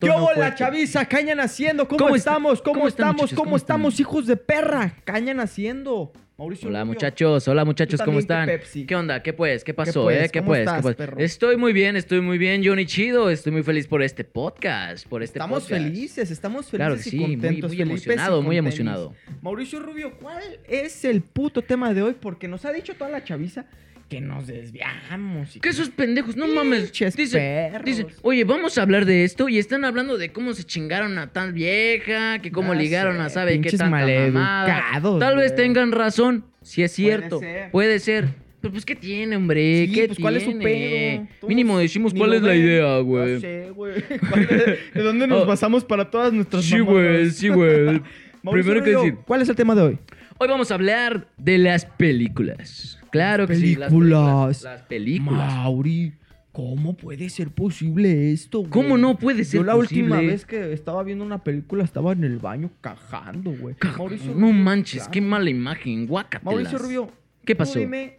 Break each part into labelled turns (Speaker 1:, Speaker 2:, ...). Speaker 1: ¿Qué
Speaker 2: Tono
Speaker 1: hubo, la
Speaker 2: fuerte.
Speaker 1: chaviza? Cañan haciendo. ¿Cómo,
Speaker 2: ¿Cómo est-
Speaker 1: estamos? ¿Cómo,
Speaker 2: cómo están,
Speaker 1: estamos?
Speaker 2: muchachos?
Speaker 1: ¿Cómo
Speaker 2: ¿Cómo están?
Speaker 1: estamos, hijos de perra? Cañan haciendo. Mauricio.
Speaker 2: Hola
Speaker 1: Rubio.
Speaker 2: muchachos, hola muchachos,
Speaker 1: Tú
Speaker 2: ¿cómo
Speaker 1: también, qué
Speaker 2: están?
Speaker 1: Pepsi.
Speaker 2: ¿Qué onda? ¿Qué pues? ¿Qué pasó?
Speaker 1: pues?
Speaker 2: eh? ¿Qué
Speaker 1: ¿Cómo
Speaker 2: pues?
Speaker 1: estás,
Speaker 2: ¿Qué pues?
Speaker 1: perro?
Speaker 2: Estoy muy bien, estoy muy bien, Johnny Chido. Estoy muy feliz por este podcast, por este
Speaker 1: Estamos
Speaker 2: podcast.
Speaker 1: felices, estamos felices
Speaker 2: Claro que sí,
Speaker 1: y
Speaker 2: muy, muy
Speaker 1: contentos. Felipes y
Speaker 2: emocionado, muy
Speaker 1: contentos.
Speaker 2: emocionado.
Speaker 1: Mauricio Rubio, ¿cuál es el puto tema de hoy? Porque nos ha dicho toda la chaviza que nos desviamos. y
Speaker 2: ¿Qué esos pendejos? No mames.
Speaker 1: Pinches
Speaker 2: Dicen,
Speaker 1: perros.
Speaker 2: dicen, oye, vamos a hablar de esto y están hablando de cómo se chingaron a tal vieja, que cómo
Speaker 1: Ya
Speaker 2: ligaron a
Speaker 1: sé,
Speaker 2: sabe qué
Speaker 1: pinches
Speaker 2: tanta mamada.
Speaker 1: maleducados,
Speaker 2: Tal vez
Speaker 1: güey.
Speaker 2: tengan razón, si es
Speaker 1: Puede
Speaker 2: cierto. Puede
Speaker 1: ser.
Speaker 2: ser. Pero pues, ¿qué tiene, hombre?
Speaker 1: Sí,
Speaker 2: ¿Qué
Speaker 1: pues, ¿cuál es su
Speaker 2: tiene?
Speaker 1: pedo? Todos
Speaker 2: Mínimo decimos
Speaker 1: ni
Speaker 2: cuál
Speaker 1: lo
Speaker 2: es la
Speaker 1: ven.
Speaker 2: idea,
Speaker 1: No
Speaker 2: güey.
Speaker 1: sé, güey. ¿Cuál es- ¿De dónde nos
Speaker 2: Ah.
Speaker 1: basamos para todas nuestras
Speaker 2: Sí, güey,
Speaker 1: mamadas?
Speaker 2: sí, güey.
Speaker 1: Mauricio
Speaker 2: Primero que
Speaker 1: Rubio,
Speaker 2: decir,
Speaker 1: ¿Cuál es el tema de hoy?
Speaker 2: hoy vamos a hablar de las películas. Claro que sí.
Speaker 1: Películas.
Speaker 2: Las películas. Las películas.
Speaker 1: Mauri, ¿cómo puede ser posible esto? güey?
Speaker 2: ¿Cómo no puede ser
Speaker 1: Yo la última
Speaker 2: posible?
Speaker 1: vez que estaba viendo una película estaba en el baño cajando, güey.
Speaker 2: Ca-
Speaker 1: Mauricio
Speaker 2: no
Speaker 1: Rubio,
Speaker 2: manches,
Speaker 1: claro.
Speaker 2: qué mala imagen, guácatelas.
Speaker 1: Mauricio Rubio,
Speaker 2: ¿Qué
Speaker 1: tú
Speaker 2: pasó?
Speaker 1: dime,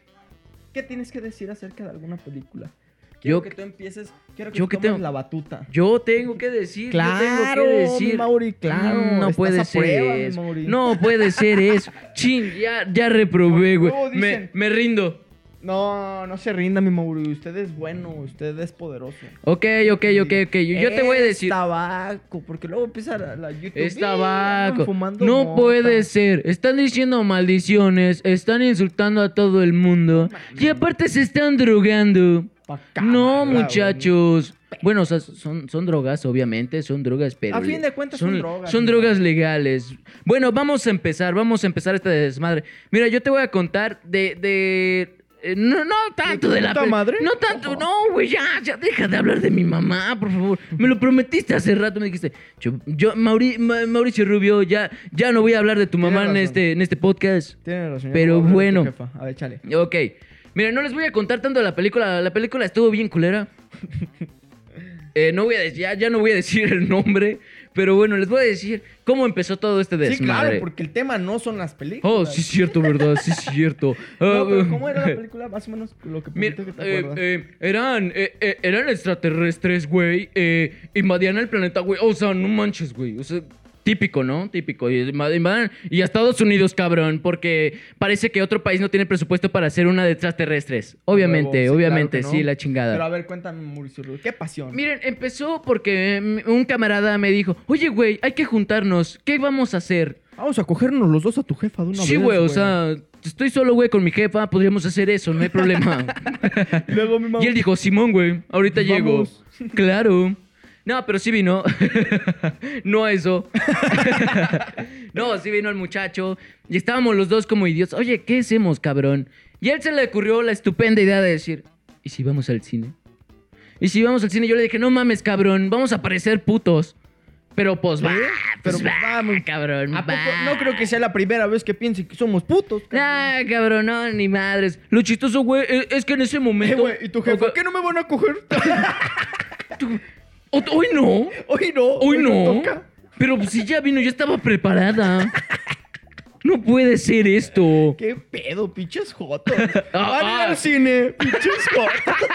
Speaker 1: ¿qué tienes que decir acerca de alguna película? Quiero
Speaker 2: Yo
Speaker 1: que
Speaker 2: que-
Speaker 1: tú empieces, quiero que
Speaker 2: yo
Speaker 1: tú
Speaker 2: que
Speaker 1: tomes
Speaker 2: tengo-
Speaker 1: la batuta.
Speaker 2: Yo tengo que decir, yo tengo que decir.
Speaker 1: mi Mauri, claro.
Speaker 2: Mm, No
Speaker 1: estás
Speaker 2: puede
Speaker 1: a
Speaker 2: ser
Speaker 1: prueba, mi
Speaker 2: eso.
Speaker 1: Mauri.
Speaker 2: No puede ser eso. Chin, ya, ya reprobé, güey.
Speaker 1: Luego dicen-
Speaker 2: Me, me rindo.
Speaker 1: No, no se rinda, mi Mauri. Usted es bueno, usted es poderoso.
Speaker 2: Ok, ok, ok, ok. Yo, yo te voy a decir.
Speaker 1: Es tabaco, porque luego empieza la, la YouTube.
Speaker 2: Es
Speaker 1: "Ih, andan
Speaker 2: tabaco.
Speaker 1: fumando
Speaker 2: No
Speaker 1: mota".
Speaker 2: puede ser. Están diciendo maldiciones. Están insultando a todo el mundo.
Speaker 1: mames.
Speaker 2: Y aparte se están drogando.
Speaker 1: Pa' acá, ah,
Speaker 2: no,
Speaker 1: bravo,
Speaker 2: muchachos. Bueno, o sea, son, son drogas, obviamente, son drogas, pero...
Speaker 1: A fin de cuentas son drogas,
Speaker 2: Son
Speaker 1: ¿no?
Speaker 2: drogas legales. Bueno, vamos a empezar, vamos a empezar esta desmadre. Mira, yo te voy a contar de... de eh, no, no tanto
Speaker 1: tu
Speaker 2: de, la...
Speaker 1: puta
Speaker 2: pe-
Speaker 1: madre?
Speaker 2: No tanto,
Speaker 1: Ojo.
Speaker 2: no, güey, ya, ya deja de hablar de mi mamá, por favor. Me lo prometiste hace rato, me dijiste, yo, yo, Mauri- Ma- Mauricio Rubio, ya, ya no voy a hablar de tu mamá en
Speaker 1: razón.
Speaker 2: este, en este podcast.
Speaker 1: Tiene razón. ya
Speaker 2: Pero
Speaker 1: no voy a hablar de tu
Speaker 2: bueno.
Speaker 1: jefa. A ver, chale.
Speaker 2: Ok. Mira, no les voy a contar tanto de la película. La película estuvo bien culera. Eh, no voy a decir, ya, ya no voy a decir el nombre, pero bueno, les voy a decir cómo empezó todo este
Speaker 1: Sí, claro,
Speaker 2: desmadre.
Speaker 1: porque el tema no son las películas.
Speaker 2: Oh, sí es cierto, verdad, sí es cierto. Ah,
Speaker 1: No, pero
Speaker 2: eh,
Speaker 1: ¿cómo era la película? Más o menos lo que,
Speaker 2: Mira,
Speaker 1: poquito que te
Speaker 2: eh,
Speaker 1: acuerdas.
Speaker 2: eh, eran, eh, eh, eran extraterrestres, güey. eh, invadían el planeta, güey. O sea, no manches, güey. O sea, típico, ¿no? Típico. Y, invad- invadan- y a Estados Unidos, cabrón. Porque parece que otro país no tiene presupuesto para hacer una de extraterrestres. Obviamente,
Speaker 1: Huevo, sí,
Speaker 2: obviamente,
Speaker 1: claro que no.
Speaker 2: sí, la chingada.
Speaker 1: Pero a ver, cuéntame, Mauricio Rubio, ¿qué pasión?
Speaker 2: Miren, empezó porque mm, un camarada me dijo, oye, güey, hay que juntarnos. ¿Qué vamos a hacer?
Speaker 1: Vamos a cogernos los dos a tu jefa de una
Speaker 2: sí,
Speaker 1: vez,
Speaker 2: güey, o sea, estoy solo, güey, con mi jefa. Podríamos hacer eso, no hay problema.
Speaker 1: Luego mi mamá...
Speaker 2: Y él dijo, Simón, güey, ahorita llego.
Speaker 1: Vamos.
Speaker 2: Claro. No, pero sí vino. no a eso. no, sí vino el muchacho. Y estábamos los dos como idiotas. Oye, ¿qué hacemos, cabrón? Y a él se le ocurrió la estupenda idea de decir, ¿y si vamos al cine? Y si vamos al cine, yo le dije, no mames, cabrón, vamos a parecer putos. Pero pues
Speaker 1: ¿Sí?
Speaker 2: va,
Speaker 1: Pero
Speaker 2: pero
Speaker 1: pues, vamos.
Speaker 2: cabrón,
Speaker 1: ¿A poco?
Speaker 2: va.
Speaker 1: No creo que sea la primera vez que piense que somos putos.
Speaker 2: Ah, cabrón, no, ni madres. Lo chistoso, güey, es- es que en ese
Speaker 1: Eh,
Speaker 2: momento...
Speaker 1: güey, ¿y tu jefa? ¿Qué no me van a coger?
Speaker 2: O- Hoy no.
Speaker 1: Hoy no.
Speaker 2: Hoy
Speaker 1: me
Speaker 2: no.
Speaker 1: toca.
Speaker 2: Pero pues, si ya vino, yo estaba preparada. No puede ser esto.
Speaker 1: ¿Qué pedo, pinches jotos?
Speaker 2: Ah,
Speaker 1: Van a ir
Speaker 2: ah.
Speaker 1: al cine, pinches jotos.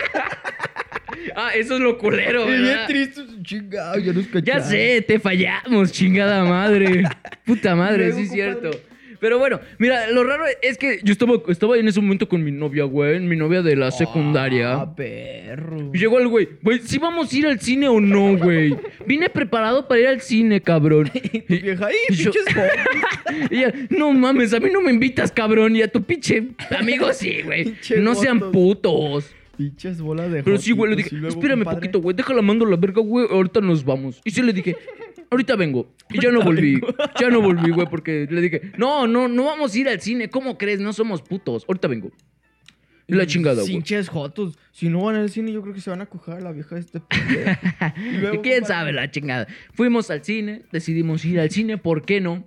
Speaker 2: Ah, eso es lo culero,
Speaker 1: Y bien
Speaker 2: ¿verdad?
Speaker 1: tristes, chingado, ya nos
Speaker 2: Ya
Speaker 1: cacharon.
Speaker 2: sé, te fallamos, chingada madre. Puta madre,
Speaker 1: Luego,
Speaker 2: sí es
Speaker 1: compadre.
Speaker 2: cierto. Pero bueno, mira, lo raro es que yo estaba, estaba en ese momento con mi novia, güey, mi novia de la secundaria.
Speaker 1: Ah, perro.
Speaker 2: Y llegó el güey, güey, ¿sí vamos a ir al cine o no, güey? Vine preparado para ir al cine, cabrón.
Speaker 1: Y tu vieja, ¡ay,
Speaker 2: y yo-
Speaker 1: pinches jotos!
Speaker 2: Y ella, no mames, a mí no me invitas, cabrón. Y a tu pinche amigo sí, güey.
Speaker 1: Pinche
Speaker 2: No sean
Speaker 1: jotos.
Speaker 2: putos.
Speaker 1: Pinches bolas de
Speaker 2: Pero sí, güey, le
Speaker 1: jotitos.
Speaker 2: dije,
Speaker 1: Y luego,
Speaker 2: espérame
Speaker 1: compadre,
Speaker 2: poquito, güey. Déjala mando la verga, güey. Ahorita nos vamos. Y sí le dije, ahorita vengo. Y ya no volví. Ya no volví, güey, porque le dije, no, no, no vamos a ir al cine. ¿Cómo crees? No somos putos. Ahorita vengo. Y la chingada, güey.
Speaker 1: Pinches jotos. Si no van al cine, yo creo que se van a coger a la vieja de este pendejo. Y luego,
Speaker 2: ¿Quién
Speaker 1: compadre,
Speaker 2: sabe la chingada? Fuimos al cine, decidimos ir al cine, ¿por qué no?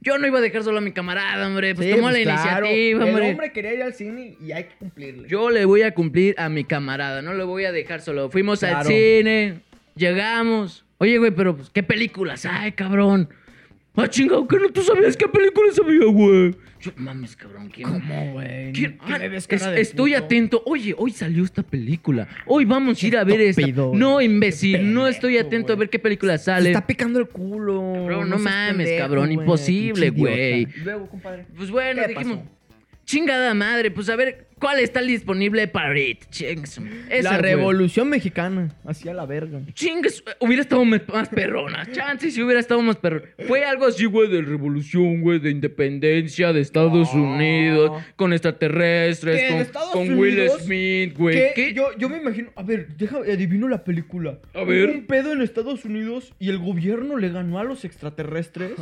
Speaker 2: Yo no iba a dejar solo a mi camarada, hombre. Pues
Speaker 1: sí,
Speaker 2: tomó
Speaker 1: pues,
Speaker 2: la
Speaker 1: claro,
Speaker 2: iniciativa,
Speaker 1: El hombre quería ir al cine y hay que cumplirle.
Speaker 2: Yo le voy a cumplir a mi camarada, no lo voy a dejar solo. Fuimos al
Speaker 1: Claro.
Speaker 2: cine, llegamos. Oye, güey, pero pues, ¿qué películas hay, cabrón? Ah, chingado, que no tú sabías qué película sabía, güey. Yo, mames, cabrón, ¿quién?
Speaker 1: ¿Cómo, güey?
Speaker 2: ¿Quién-
Speaker 1: Ah, me ves
Speaker 2: es-
Speaker 1: cara de
Speaker 2: estoy
Speaker 1: puto.
Speaker 2: atento. Oye, hoy salió esta película. Hoy vamos a ir a ver esta.
Speaker 1: Estúpido,
Speaker 2: No,
Speaker 1: güey.
Speaker 2: imbécil,
Speaker 1: Qué
Speaker 2: no estoy
Speaker 1: pendejo,
Speaker 2: atento a
Speaker 1: güey.
Speaker 2: ver qué película
Speaker 1: Te
Speaker 2: sale.
Speaker 1: está picando el culo.
Speaker 2: Cabrón, no
Speaker 1: seas
Speaker 2: mames,
Speaker 1: pendejo,
Speaker 2: cabrón,
Speaker 1: güey,
Speaker 2: imposible,
Speaker 1: pinche
Speaker 2: güey.
Speaker 1: idiota. Luego, compadre.
Speaker 2: Pues bueno,
Speaker 1: ¿Qué
Speaker 2: dijimos,
Speaker 1: pasó?
Speaker 2: chingada madre, pues a ver, ¿cuál está disponible para ahorita? Chingues. Esa,
Speaker 1: la
Speaker 2: güey.
Speaker 1: revolución mexicana. Hacia la verga.
Speaker 2: Chingues, hubiera estado me- más perrona. Chance si hubiera estado más perrona. Fue algo así, güey, de revolución, güey, de independencia de Estados
Speaker 1: Ah.
Speaker 2: Unidos, con extraterrestres,
Speaker 1: ¿Que en
Speaker 2: Pues con,
Speaker 1: Estados
Speaker 2: con Will
Speaker 1: Unidos?
Speaker 2: Smith, güey.
Speaker 1: ¿Qué?
Speaker 2: ¿Qué?
Speaker 1: Yo, yo me imagino. A ver, deja, adivino la película.
Speaker 2: A ver.
Speaker 1: Hubo un pedo en Estados Unidos y el gobierno le ganó a los extraterrestres.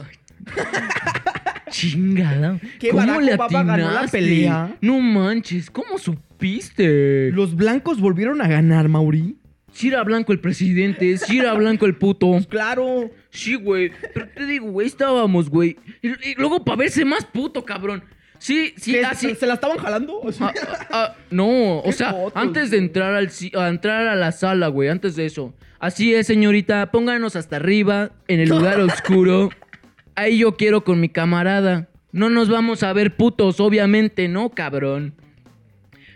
Speaker 2: Chingada.
Speaker 1: ¿Qué
Speaker 2: ¿Cómo
Speaker 1: Barack
Speaker 2: le
Speaker 1: Obama ganó la
Speaker 2: atinaste?
Speaker 1: pelea?
Speaker 2: No manches, ¿cómo supiste?
Speaker 1: Los blancos volvieron a ganar, Mauri.
Speaker 2: Shira Blanco el presidente, Shira Blanco el puto.
Speaker 1: Pues claro.
Speaker 2: Sí, güey. Pero te digo, güey, estábamos, güey. Y, y luego para verse más puto, cabrón. Sí, sí,
Speaker 1: ¿Qué,
Speaker 2: así.
Speaker 1: se, se la estaban jalando? O sea,
Speaker 2: Ah, ah, ah, no, o
Speaker 1: Qué
Speaker 2: sea,
Speaker 1: fotos,
Speaker 2: antes de entrar al ci- a entrar a la sala, güey, antes de eso. Así es, señorita, pónganos hasta arriba en el lugar oscuro. Ahí yo quiero con mi camarada. No nos vamos a ver putos, obviamente, no, cabrón.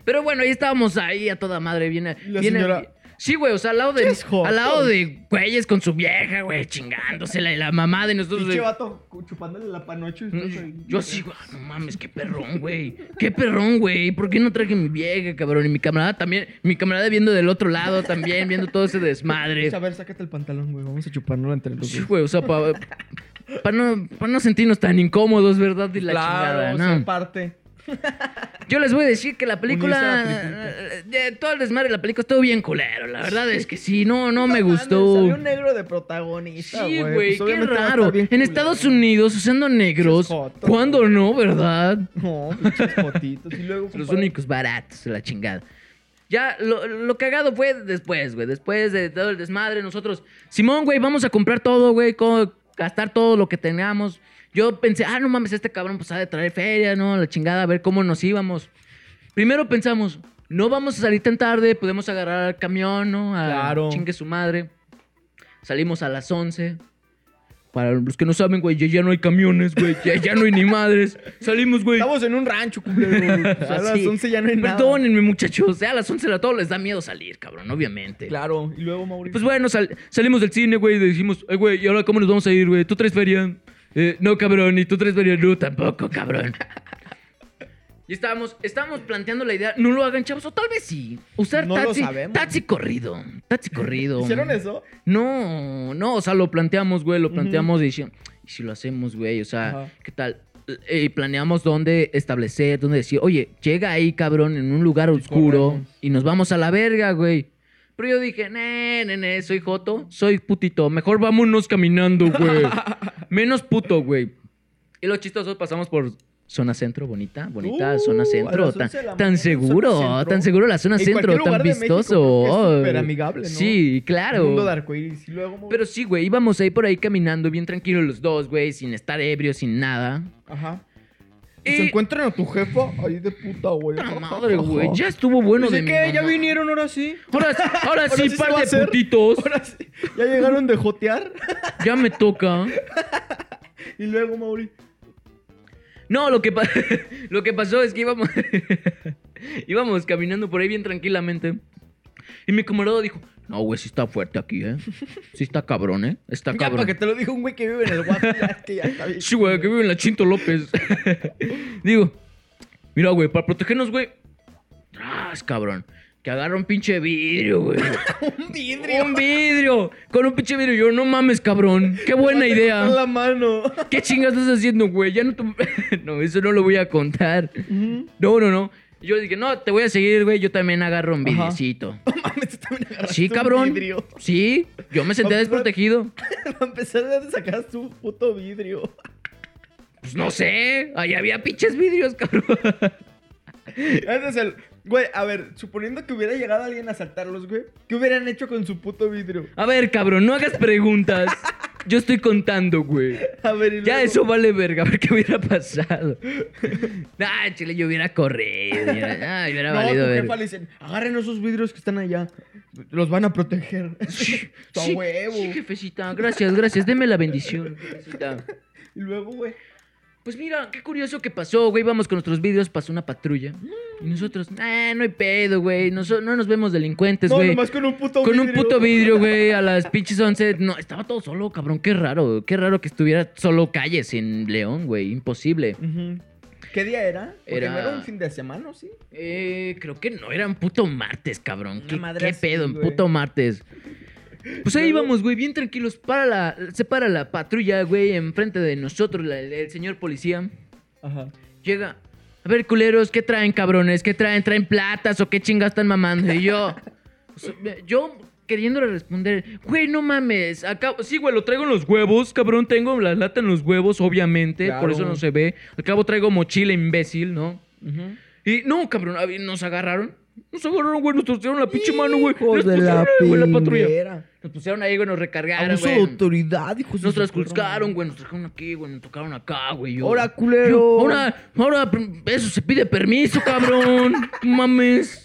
Speaker 2: Pero bueno, ahí estábamos ahí a toda madre, viene
Speaker 1: Y la
Speaker 2: viene-
Speaker 1: señora-
Speaker 2: Sí, güey, o sea, al lado de
Speaker 1: ¿Qué es joto?
Speaker 2: al lado de güeyes con su vieja, güey, chingándosela y la mamá de nosotros de- Mm,
Speaker 1: pinche vato chupándole la panocho. y estás ahí.
Speaker 2: yo sí, güey. No mames, qué perrón, güey. Qué perrón, güey. ¿Por qué no traje mi vieja, cabrón? Y mi camarada también. Mi camarada viendo del otro lado también, viendo todo ese desmadre.
Speaker 1: A ver, sácate el pantalón, güey. Vamos a chuparnos entre los
Speaker 2: Sí,
Speaker 1: dos.
Speaker 2: güey, o sea, para no, pa no sentirnos tan incómodos, ¿verdad? Y la
Speaker 1: claro,
Speaker 2: chingada,
Speaker 1: se
Speaker 2: ¿no?
Speaker 1: parte.
Speaker 2: Yo les voy a decir que la
Speaker 1: Unirse a la
Speaker 2: película. eh, todo el desmadre de la película estuvo bien culero. La verdad es que sí, no, no me
Speaker 1: mames,
Speaker 2: gustó.
Speaker 1: salió un negro de protagonista,
Speaker 2: Sí, güey,
Speaker 1: güey. Pues
Speaker 2: qué
Speaker 1: obviamente va a estar
Speaker 2: raro.
Speaker 1: bien
Speaker 2: En
Speaker 1: culero.
Speaker 2: Estados Unidos, usando negros,
Speaker 1: joto,
Speaker 2: ¿cuándo
Speaker 1: güey.
Speaker 2: no, verdad?
Speaker 1: No, pinches fotitos. Y luego.
Speaker 2: Los
Speaker 1: compadre,
Speaker 2: únicos baratos, la chingada. Ya, lo, lo cagado fue después, güey. Después de todo el desmadre, nosotros... Simón, güey, vamos a comprar todo, güey. co- Gastar todo lo que tengamos. Yo pensé, ah, no mames, este cabrón pues ha de traer feria, ¿no? La chingada, a ver cómo nos íbamos. Primero pensamos, no vamos a salir tan tarde, podemos agarrar al camión, ¿no? A
Speaker 1: Claro.
Speaker 2: Chingue su madre. Salimos a las 11. Para los que no saben, güey, ya, ya no hay camiones, güey. Ya, ya no hay ni madres. Salimos, güey.
Speaker 1: Estamos en un rancho, culero. A las
Speaker 2: Así.
Speaker 1: 11 ya no hay nada.
Speaker 2: Perdónenme, muchachos. Ya a las 11 de la tarde les da miedo salir, cabrón, obviamente.
Speaker 1: Claro. Y luego, Mauri.
Speaker 2: Pues bueno, sal- salimos del cine, güey, y dijimos, "Ay, güey, ¿y ahora cómo nos vamos a ir, güey? ¿Tú traes feria? Eh, no, cabrón, y tú traes feria, no, tampoco, cabrón. y estábamos, estábamos planteando la idea, no lo hagan, chavos, o tal vez sí. Usar
Speaker 1: No lo
Speaker 2: taxi,
Speaker 1: sabemos.
Speaker 2: taxi corrido, taxi corrido.
Speaker 1: ¿Hicieron eso?
Speaker 2: No, no, o sea, lo planteamos, güey, lo planteamos y dijeron, ¿y si lo hacemos, güey? O sea,
Speaker 1: Ajá.
Speaker 2: ¿qué tal? Eh, Y planeamos dónde establecer, dónde decir, oye, llega ahí, cabrón, en un lugar oscuro
Speaker 1: corremos.
Speaker 2: y nos vamos a la verga, güey. Pero yo dije, ne, ne, ne, soy joto, soy putito, mejor vámonos caminando, güey. Menos puto, güey. Y los chistosos pasamos por zona centro, bonita, bonita
Speaker 1: Uh,
Speaker 2: zona
Speaker 1: a
Speaker 2: centro,
Speaker 1: las
Speaker 2: tan,
Speaker 1: 11 de la
Speaker 2: tan
Speaker 1: mañana, zona
Speaker 2: seguro,
Speaker 1: centro.
Speaker 2: tan seguro la zona
Speaker 1: En
Speaker 2: centro,
Speaker 1: cualquier
Speaker 2: tan
Speaker 1: lugar de México,
Speaker 2: vistoso.
Speaker 1: creo que es
Speaker 2: ay.
Speaker 1: superamigable, ¿no?
Speaker 2: Sí, claro.
Speaker 1: Mundo de arcoíris. Y luego, Mauri.
Speaker 2: Pero sí, güey, íbamos ahí por ahí caminando bien tranquilos los dos, güey, sin estar ebrios, sin nada.
Speaker 1: Ajá.
Speaker 2: Y-
Speaker 1: Y se encuentran a tu jefa ahí de puta, güey.
Speaker 2: eh, ¡Puta madre, güey! Ya estuvo bueno
Speaker 1: Dice
Speaker 2: de mi
Speaker 1: Pues que ya
Speaker 2: mamá.
Speaker 1: vinieron ahora sí.
Speaker 2: Ahora, ahora sí,
Speaker 1: sí se va a
Speaker 2: par de
Speaker 1: hacer.
Speaker 2: putitos.
Speaker 1: Ahora sí. Ya llegaron de jotear.
Speaker 2: Ya me toca.
Speaker 1: Y luego, Mauri.
Speaker 2: Ah, No, lo que, pa- lo que pasó es que íbamos... íbamos caminando por ahí bien tranquilamente. Y mi camarada dijo... No, güey, sí está fuerte aquí, ¿eh? Sí está cabrón, ¿eh? Está
Speaker 1: Ya para
Speaker 2: cabrón.
Speaker 1: que te lo diga un güey que vive en el WhatsApp. ya, que ya está bien.
Speaker 2: Eh, Sí, güey, que vive en la Chinto López. Digo, mira, güey, para protegernos, güey. Tras, cabrón. Que agarra un pinche vidrio, güey.
Speaker 1: Un vidrio.
Speaker 2: un vidrio. Con un pinche vidrio. Yo, no mames, cabrón. Qué buena
Speaker 1: Te
Speaker 2: idea.
Speaker 1: cortan la mano.
Speaker 2: ¿Qué chingas estás haciendo, güey? Ya no te... No, eso no lo voy a contar. No, no, no. Y Yo dije, no, te voy a seguir, güey. Yo también agarro un
Speaker 1: Ajá.
Speaker 2: vidriecito.
Speaker 1: No mames, tú también agarraste
Speaker 2: Sí,
Speaker 1: un
Speaker 2: cabrón.
Speaker 1: vidrio.
Speaker 2: Sí, yo me senté
Speaker 1: Vamos a-
Speaker 2: desprotegido.
Speaker 1: Para empezar, ¿de dónde sacaste un puto vidrio?
Speaker 2: Pues no sé. Ahí había pinches vidrios, cabrón.
Speaker 1: Ese es el... Güey, a ver, suponiendo que hubiera llegado alguien a saltarlos, güey, ¿qué hubieran hecho con su puto vidrio?
Speaker 2: A ver, cabrón, no hagas preguntas. Yo estoy contando, güey.
Speaker 1: A ver, y
Speaker 2: Ya
Speaker 1: luego-
Speaker 2: eso vale verga, a ver qué hubiera pasado. Ah, chile, yo hubiera corrido. hubiera- Ah, hubiera
Speaker 1: No, a tu
Speaker 2: valido
Speaker 1: jefa
Speaker 2: verga.
Speaker 1: le dicen, agarren esos vidrios que están allá. Los van a proteger.
Speaker 2: Sí,
Speaker 1: Tu
Speaker 2: sí,
Speaker 1: huevo.
Speaker 2: sí, jefecita, gracias, gracias. Deme la bendición, jefecita.
Speaker 1: Y luego, güey.
Speaker 2: Pues mira, qué curioso que pasó, güey. Vamos con nuestros vídeos, pasó una patrulla. Y nosotros, nah, no hay pedo, güey. Noso- no nos vemos delincuentes,
Speaker 1: No,
Speaker 2: Pues, güey.
Speaker 1: nomás con un puto
Speaker 2: con un
Speaker 1: vidrio.
Speaker 2: puto vidrio, güey, a las pinches 11. No, estaba todo solo, cabrón. Qué raro. Qué raro que estuviera solo calles en León, güey. Imposible.
Speaker 1: Ujú. ¿Qué día era? Porque
Speaker 2: Era-
Speaker 1: no era un fin de semana, ¿o ¿sí?
Speaker 2: Eh, creo que no, eran puto martes, cabrón.
Speaker 1: Una
Speaker 2: ¿Qué,
Speaker 1: madre
Speaker 2: qué
Speaker 1: así,
Speaker 2: pedo, en
Speaker 1: güey.
Speaker 2: puto martes? Pues ahí
Speaker 1: Luego-
Speaker 2: íbamos, güey, bien tranquilos. Para la, se para la patrulla, güey, enfrente de nosotros, la- el señor policía.
Speaker 1: Ajá.
Speaker 2: Llega. A ver, culeros, ¿qué traen, cabrones? ¿Qué traen? ¿Traen platas o qué chingas están mamando? Y yo. so- Yo queriéndole responder, güey, no mames. Acabo, sí, güey, lo traigo en los huevos, cabrón. Tengo la lata en los huevos, obviamente. Por
Speaker 1: Claro.
Speaker 2: eso no se ve. Al cabo traigo mochila, imbécil, ¿no?
Speaker 1: Ujú.
Speaker 2: Y no, cabrón, a ver, nos agarraron. Nos agarraron, güey, nos torcieron la pinche mano, güey. Nos
Speaker 1: Hijos de la
Speaker 2: pusieron, güey, la patrulla.
Speaker 1: pinguera.
Speaker 2: Nos pusieron ahí, güey, nos recargaron,
Speaker 1: Abuso de
Speaker 2: güey.
Speaker 1: autoridad, hijos de
Speaker 2: Nos
Speaker 1: su perra
Speaker 2: transculcaron,
Speaker 1: madre.
Speaker 2: güey, nos trajeron aquí, güey, nos tocaron acá, güey. yo-
Speaker 1: Ahora, culero.
Speaker 2: yo, ahora, ahora, pr- eso se pide permiso, cabrón. No mames.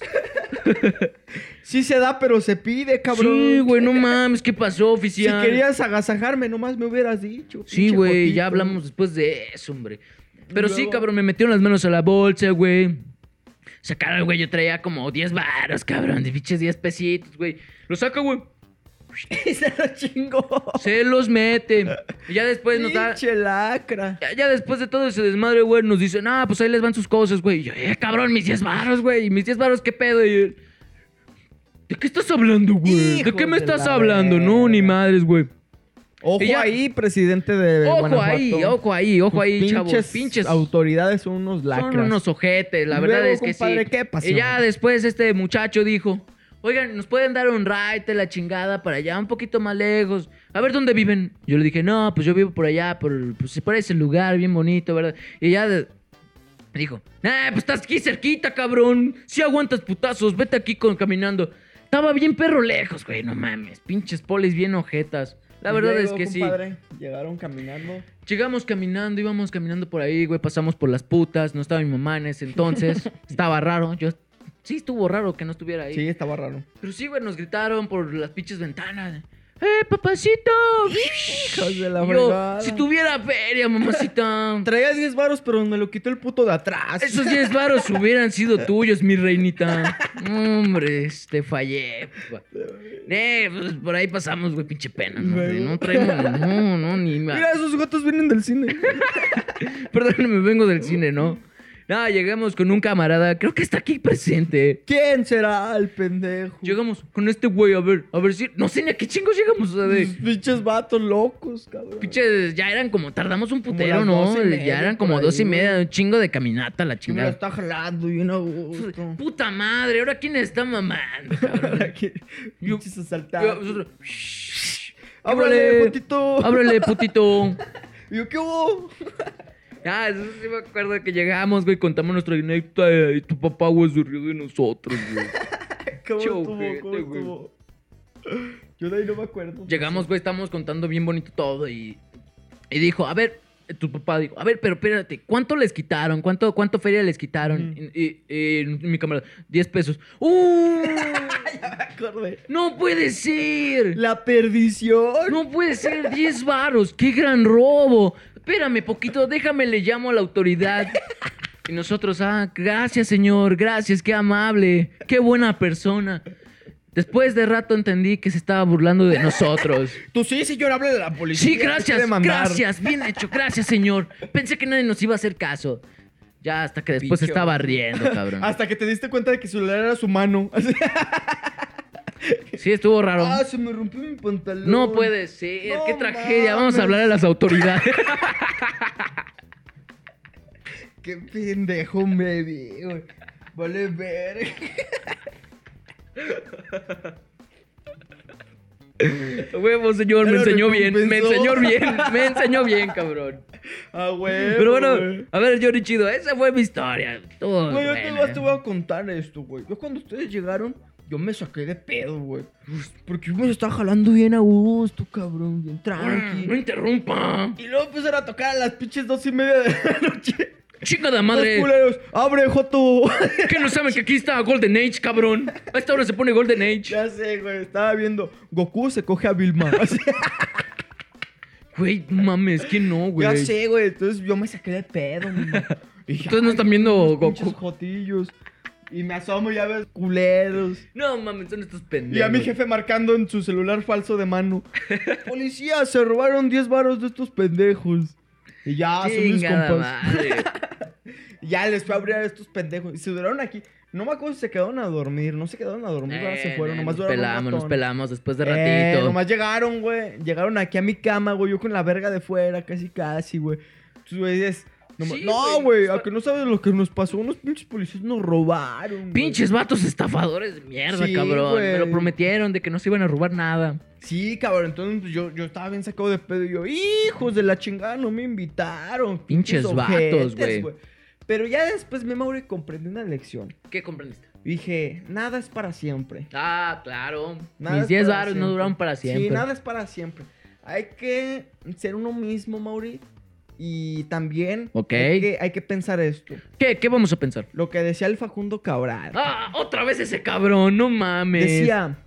Speaker 1: Sí se da, pero se pide, cabrón.
Speaker 2: Sí, güey, no mames, ¿qué pasó,
Speaker 1: Si
Speaker 2: oficial?
Speaker 1: querías agasajarme, nomás me hubieras dicho.
Speaker 2: Sí,
Speaker 1: pinche
Speaker 2: güey,
Speaker 1: gotito.
Speaker 2: ya hablamos después de eso, hombre. Pero
Speaker 1: Y
Speaker 2: sí,
Speaker 1: luego-
Speaker 2: cabrón, me metieron las manos a la bolsa, güey. Sacaron, güey, yo traía como 10 varos, cabrón, de pinches 10 pesitos, güey. Lo saca, güey.
Speaker 1: Y se lo chingó.
Speaker 2: Se los mete. Y ya después nos da.
Speaker 1: Pinche lacra.
Speaker 2: Ya, ya después de todo ese desmadre, güey, nos dicen, ah, pues ahí les van sus cosas, güey. Y yo, eh, cabrón, mis 10 varos, güey. Mis 10 varos, ¿qué pedo? Y él, ¿de qué estás hablando, güey? ¿De
Speaker 1: Hijos
Speaker 2: qué me
Speaker 1: de
Speaker 2: estás
Speaker 1: la
Speaker 2: hablando? No, ni
Speaker 1: verga.
Speaker 2: madres, güey.
Speaker 1: Ojo
Speaker 2: Y ya-
Speaker 1: ahí, presidente de
Speaker 2: Ojo
Speaker 1: Eh, Guanajuato.
Speaker 2: ahí, ojo ahí, ojo
Speaker 1: Tus
Speaker 2: ahí,
Speaker 1: pinches
Speaker 2: chavos. Pinches
Speaker 1: autoridades son unos lacras.
Speaker 2: son unos ojetes, la
Speaker 1: Y
Speaker 2: verdad
Speaker 1: luego,
Speaker 2: es que
Speaker 1: compadre,
Speaker 2: sí.
Speaker 1: ¿qué pasó?
Speaker 2: Y ya después este muchacho dijo, oigan, ¿nos pueden dar un ride, la chingada, para allá, un poquito más lejos? A ver, ¿dónde viven? Yo le dije, no, pues yo vivo por allá, por, pues, por ese lugar bien bonito, ¿verdad? Y ya de- dijo, nah, pues estás aquí cerquita, cabrón. Si aguantas putazos, vete aquí con, caminando. Estaba bien perro lejos, güey, no mames. Pinches polis bien ojetas. La
Speaker 1: Y
Speaker 2: verdad
Speaker 1: luego,
Speaker 2: es que sí.
Speaker 1: compadre, Llegaron caminando.
Speaker 2: Llegamos caminando, íbamos caminando por ahí, güey, pasamos por las putas, no estaba mi mamá en ese entonces, estaba raro, yo sí estuvo raro que no estuviera ahí.
Speaker 1: Sí, estaba raro.
Speaker 2: Pero sí, güey, nos gritaron por las pinches ventanas. ¡Eh, papacito!
Speaker 1: Hijos de la
Speaker 2: Y yo,
Speaker 1: fregada.
Speaker 2: si tuviera feria, mamacita.
Speaker 1: Traía 10 varos, pero me lo quitó el puto de atrás.
Speaker 2: Esos 10 varos hubieran sido tuyos, mi reinita. Hombre, te fallé. papá. Eh, pues por ahí pasamos, güey, pinche pena. No,
Speaker 1: Luego.
Speaker 2: no traemos, no, no, ni más.
Speaker 1: Mira, esos gatos vienen del cine.
Speaker 2: Perdóname, vengo del cine, ¿no? No, llegamos con un camarada, creo que está aquí presente.
Speaker 1: ¿Quién será el pendejo?
Speaker 2: Llegamos con este güey, a ver, a ver si. No sé ni a qué chingos llegamos, o sea,
Speaker 1: Los
Speaker 2: de.
Speaker 1: pinches vatos locos, cabrón.
Speaker 2: Pinches, ya eran como, tardamos un
Speaker 1: Como
Speaker 2: putero,
Speaker 1: las
Speaker 2: ¿no?
Speaker 1: doce y media,
Speaker 2: ya eran como
Speaker 1: por
Speaker 2: dos y
Speaker 1: ahí,
Speaker 2: media, un chingo de caminata, la
Speaker 1: Que me lo
Speaker 2: chingada.
Speaker 1: está jalando y una gusto.
Speaker 2: Puta madre, ahora quién está mamando, cabrón?
Speaker 1: Aquí,
Speaker 2: Yo-
Speaker 1: Pinches
Speaker 2: Yo,
Speaker 1: asaltados.
Speaker 2: nosotros,
Speaker 1: Ábrale,
Speaker 2: ábrale.
Speaker 1: putito.
Speaker 2: Ábrele, putito.
Speaker 1: Y Yo, ¿qué hubo?
Speaker 2: Ah, eso sí me acuerdo que llegamos, güey, contamos nuestra anécdota eh, y tu papá, güey, se rió de nosotros, güey.
Speaker 1: ¿Cómo
Speaker 2: Chau,
Speaker 1: estuvo? ¿Cómo
Speaker 2: gente, güey.
Speaker 1: estuvo? Yo de ahí no me acuerdo.
Speaker 2: Llegamos, güey, estamos contando bien bonito todo y, y dijo, a ver, tu papá dijo, a ver, pero espérate, ¿cuánto les quitaron? ¿Cuánto, cuánto feria les quitaron?
Speaker 1: Ujú.
Speaker 2: Y, y- y mi camarada, 10 pesos. ¡Uh!
Speaker 1: Ya me acordé.
Speaker 2: ¡No puede ser!
Speaker 1: La perdición.
Speaker 2: ¡No puede ser! ¡10 varos! ¡Qué gran robo! Espérame poquito, déjame, le llamo a la autoridad. Y nosotros, ah, gracias señor, gracias, qué amable, qué buena persona. Después de rato entendí que se estaba burlando de nosotros.
Speaker 1: Tú sí, señor, habla de la policía.
Speaker 2: Sí,
Speaker 1: te
Speaker 2: gracias,
Speaker 1: quiere mandar.
Speaker 2: gracias, bien hecho, gracias, señor. Pensé que nadie nos iba a hacer caso. Ya hasta que después
Speaker 1: Pinche
Speaker 2: estaba riendo, cabrón.
Speaker 1: Hasta que te diste cuenta de que su celular era su mano. Así,
Speaker 2: Sí, estuvo raro.
Speaker 1: ah, se me rompió mi pantalón.
Speaker 2: No puede ser,
Speaker 1: No
Speaker 2: qué tragedia. Vamos
Speaker 1: mames.
Speaker 2: a hablar a las autoridades.
Speaker 1: Qué pendejo me vi, güey. Vale ver.
Speaker 2: Huevo, señor, me
Speaker 1: Ya lo
Speaker 2: enseñó bien, me
Speaker 1: recompensó.
Speaker 2: enseñó bien, me enseñó bien, cabrón.
Speaker 1: Ah, güey.
Speaker 2: Pero bueno,
Speaker 1: güey.
Speaker 2: a ver, Johnny Chido, esa fue mi historia. Estuvo
Speaker 1: Güey, yo te
Speaker 2: buena.
Speaker 1: vas- te voy a contar esto, güey. Yo cuando ustedes llegaron, yo me saqué de pedo, güey. Pues, Porque yo me estaba jalando bien a gusto, cabrón. Bien
Speaker 2: Mm, No
Speaker 1: tranqui.
Speaker 2: interrumpa.
Speaker 1: Y luego empezaron a tocar a las pinches dos y media de la noche.
Speaker 2: Chica de
Speaker 1: Los
Speaker 2: madre,
Speaker 1: culeros, abre, Joto.
Speaker 2: que no saben que aquí está Golden Age, cabrón. A esta hora se pone Golden Age.
Speaker 1: ya sé, güey. Estaba viendo. Goku se coge a Vilma. Así.
Speaker 2: Güey, no mames, que no, güey.
Speaker 1: Ya sé, güey. Entonces yo me saqué de pedo, mi mamá. Y dije,
Speaker 2: Entonces no
Speaker 1: "Ay,
Speaker 2: están viendo
Speaker 1: unos
Speaker 2: Goku.
Speaker 1: pinches jotillos. Y me asomo y ya ves culeros.
Speaker 2: No mames, son estos pendejos.
Speaker 1: Y a mi jefe marcando en su celular falso de mano. Policía, se robaron 10 varos de estos pendejos. Y ya ah, son mis
Speaker 2: Chingada
Speaker 1: compas.
Speaker 2: madre.
Speaker 1: Y Ya les fue a abrir a estos pendejos. Y se duraron aquí. No me acuerdo si se quedaron a dormir. No se quedaron a dormir. ahora se
Speaker 2: Eh,
Speaker 1: fueron.
Speaker 2: eh,
Speaker 1: Nomás
Speaker 2: nos
Speaker 1: duraron un
Speaker 2: pelamos, nos
Speaker 1: ratón.
Speaker 2: pelamos después de
Speaker 1: Eh,
Speaker 2: ratito.
Speaker 1: nomás llegaron, güey. Llegaron aquí a mi cama, güey. Yo con la verga de fuera, casi, casi, güey. Tú dices. nomás-
Speaker 2: Sí,
Speaker 1: no,
Speaker 2: güey. pues,
Speaker 1: güey. A que no sabes lo que nos pasó. Unos pinches policías nos robaron. güey.
Speaker 2: Pinches vatos estafadores de mierda,
Speaker 1: Sí,
Speaker 2: cabrón. Me lo
Speaker 1: güey.
Speaker 2: prometieron de que no se iban a robar nada.
Speaker 1: Sí, cabrón, entonces pues, yo, yo estaba bien sacado de pedo y yo, hijos de la chingada, no me invitaron.
Speaker 2: Pinches
Speaker 1: Pinches
Speaker 2: vatos,
Speaker 1: ojetes,
Speaker 2: güey.
Speaker 1: Pero ya después me Mauro y comprendí una lección.
Speaker 2: ¿Qué comprendiste?
Speaker 1: Dije, nada es para siempre.
Speaker 2: Ah, claro.
Speaker 1: Nada
Speaker 2: Mis
Speaker 1: es
Speaker 2: 10
Speaker 1: para
Speaker 2: varos no
Speaker 1: siempre.
Speaker 2: duraron para siempre.
Speaker 1: Sí, nada es para siempre. Hay que ser uno mismo, Mauri. Y también
Speaker 2: Ok.
Speaker 1: hay, que, hay que pensar esto.
Speaker 2: ¿Qué, ¿Qué vamos a pensar?
Speaker 1: Lo que decía el Facundo Cabral.
Speaker 2: Ah, otra vez ese cabrón, no mames.
Speaker 1: decía,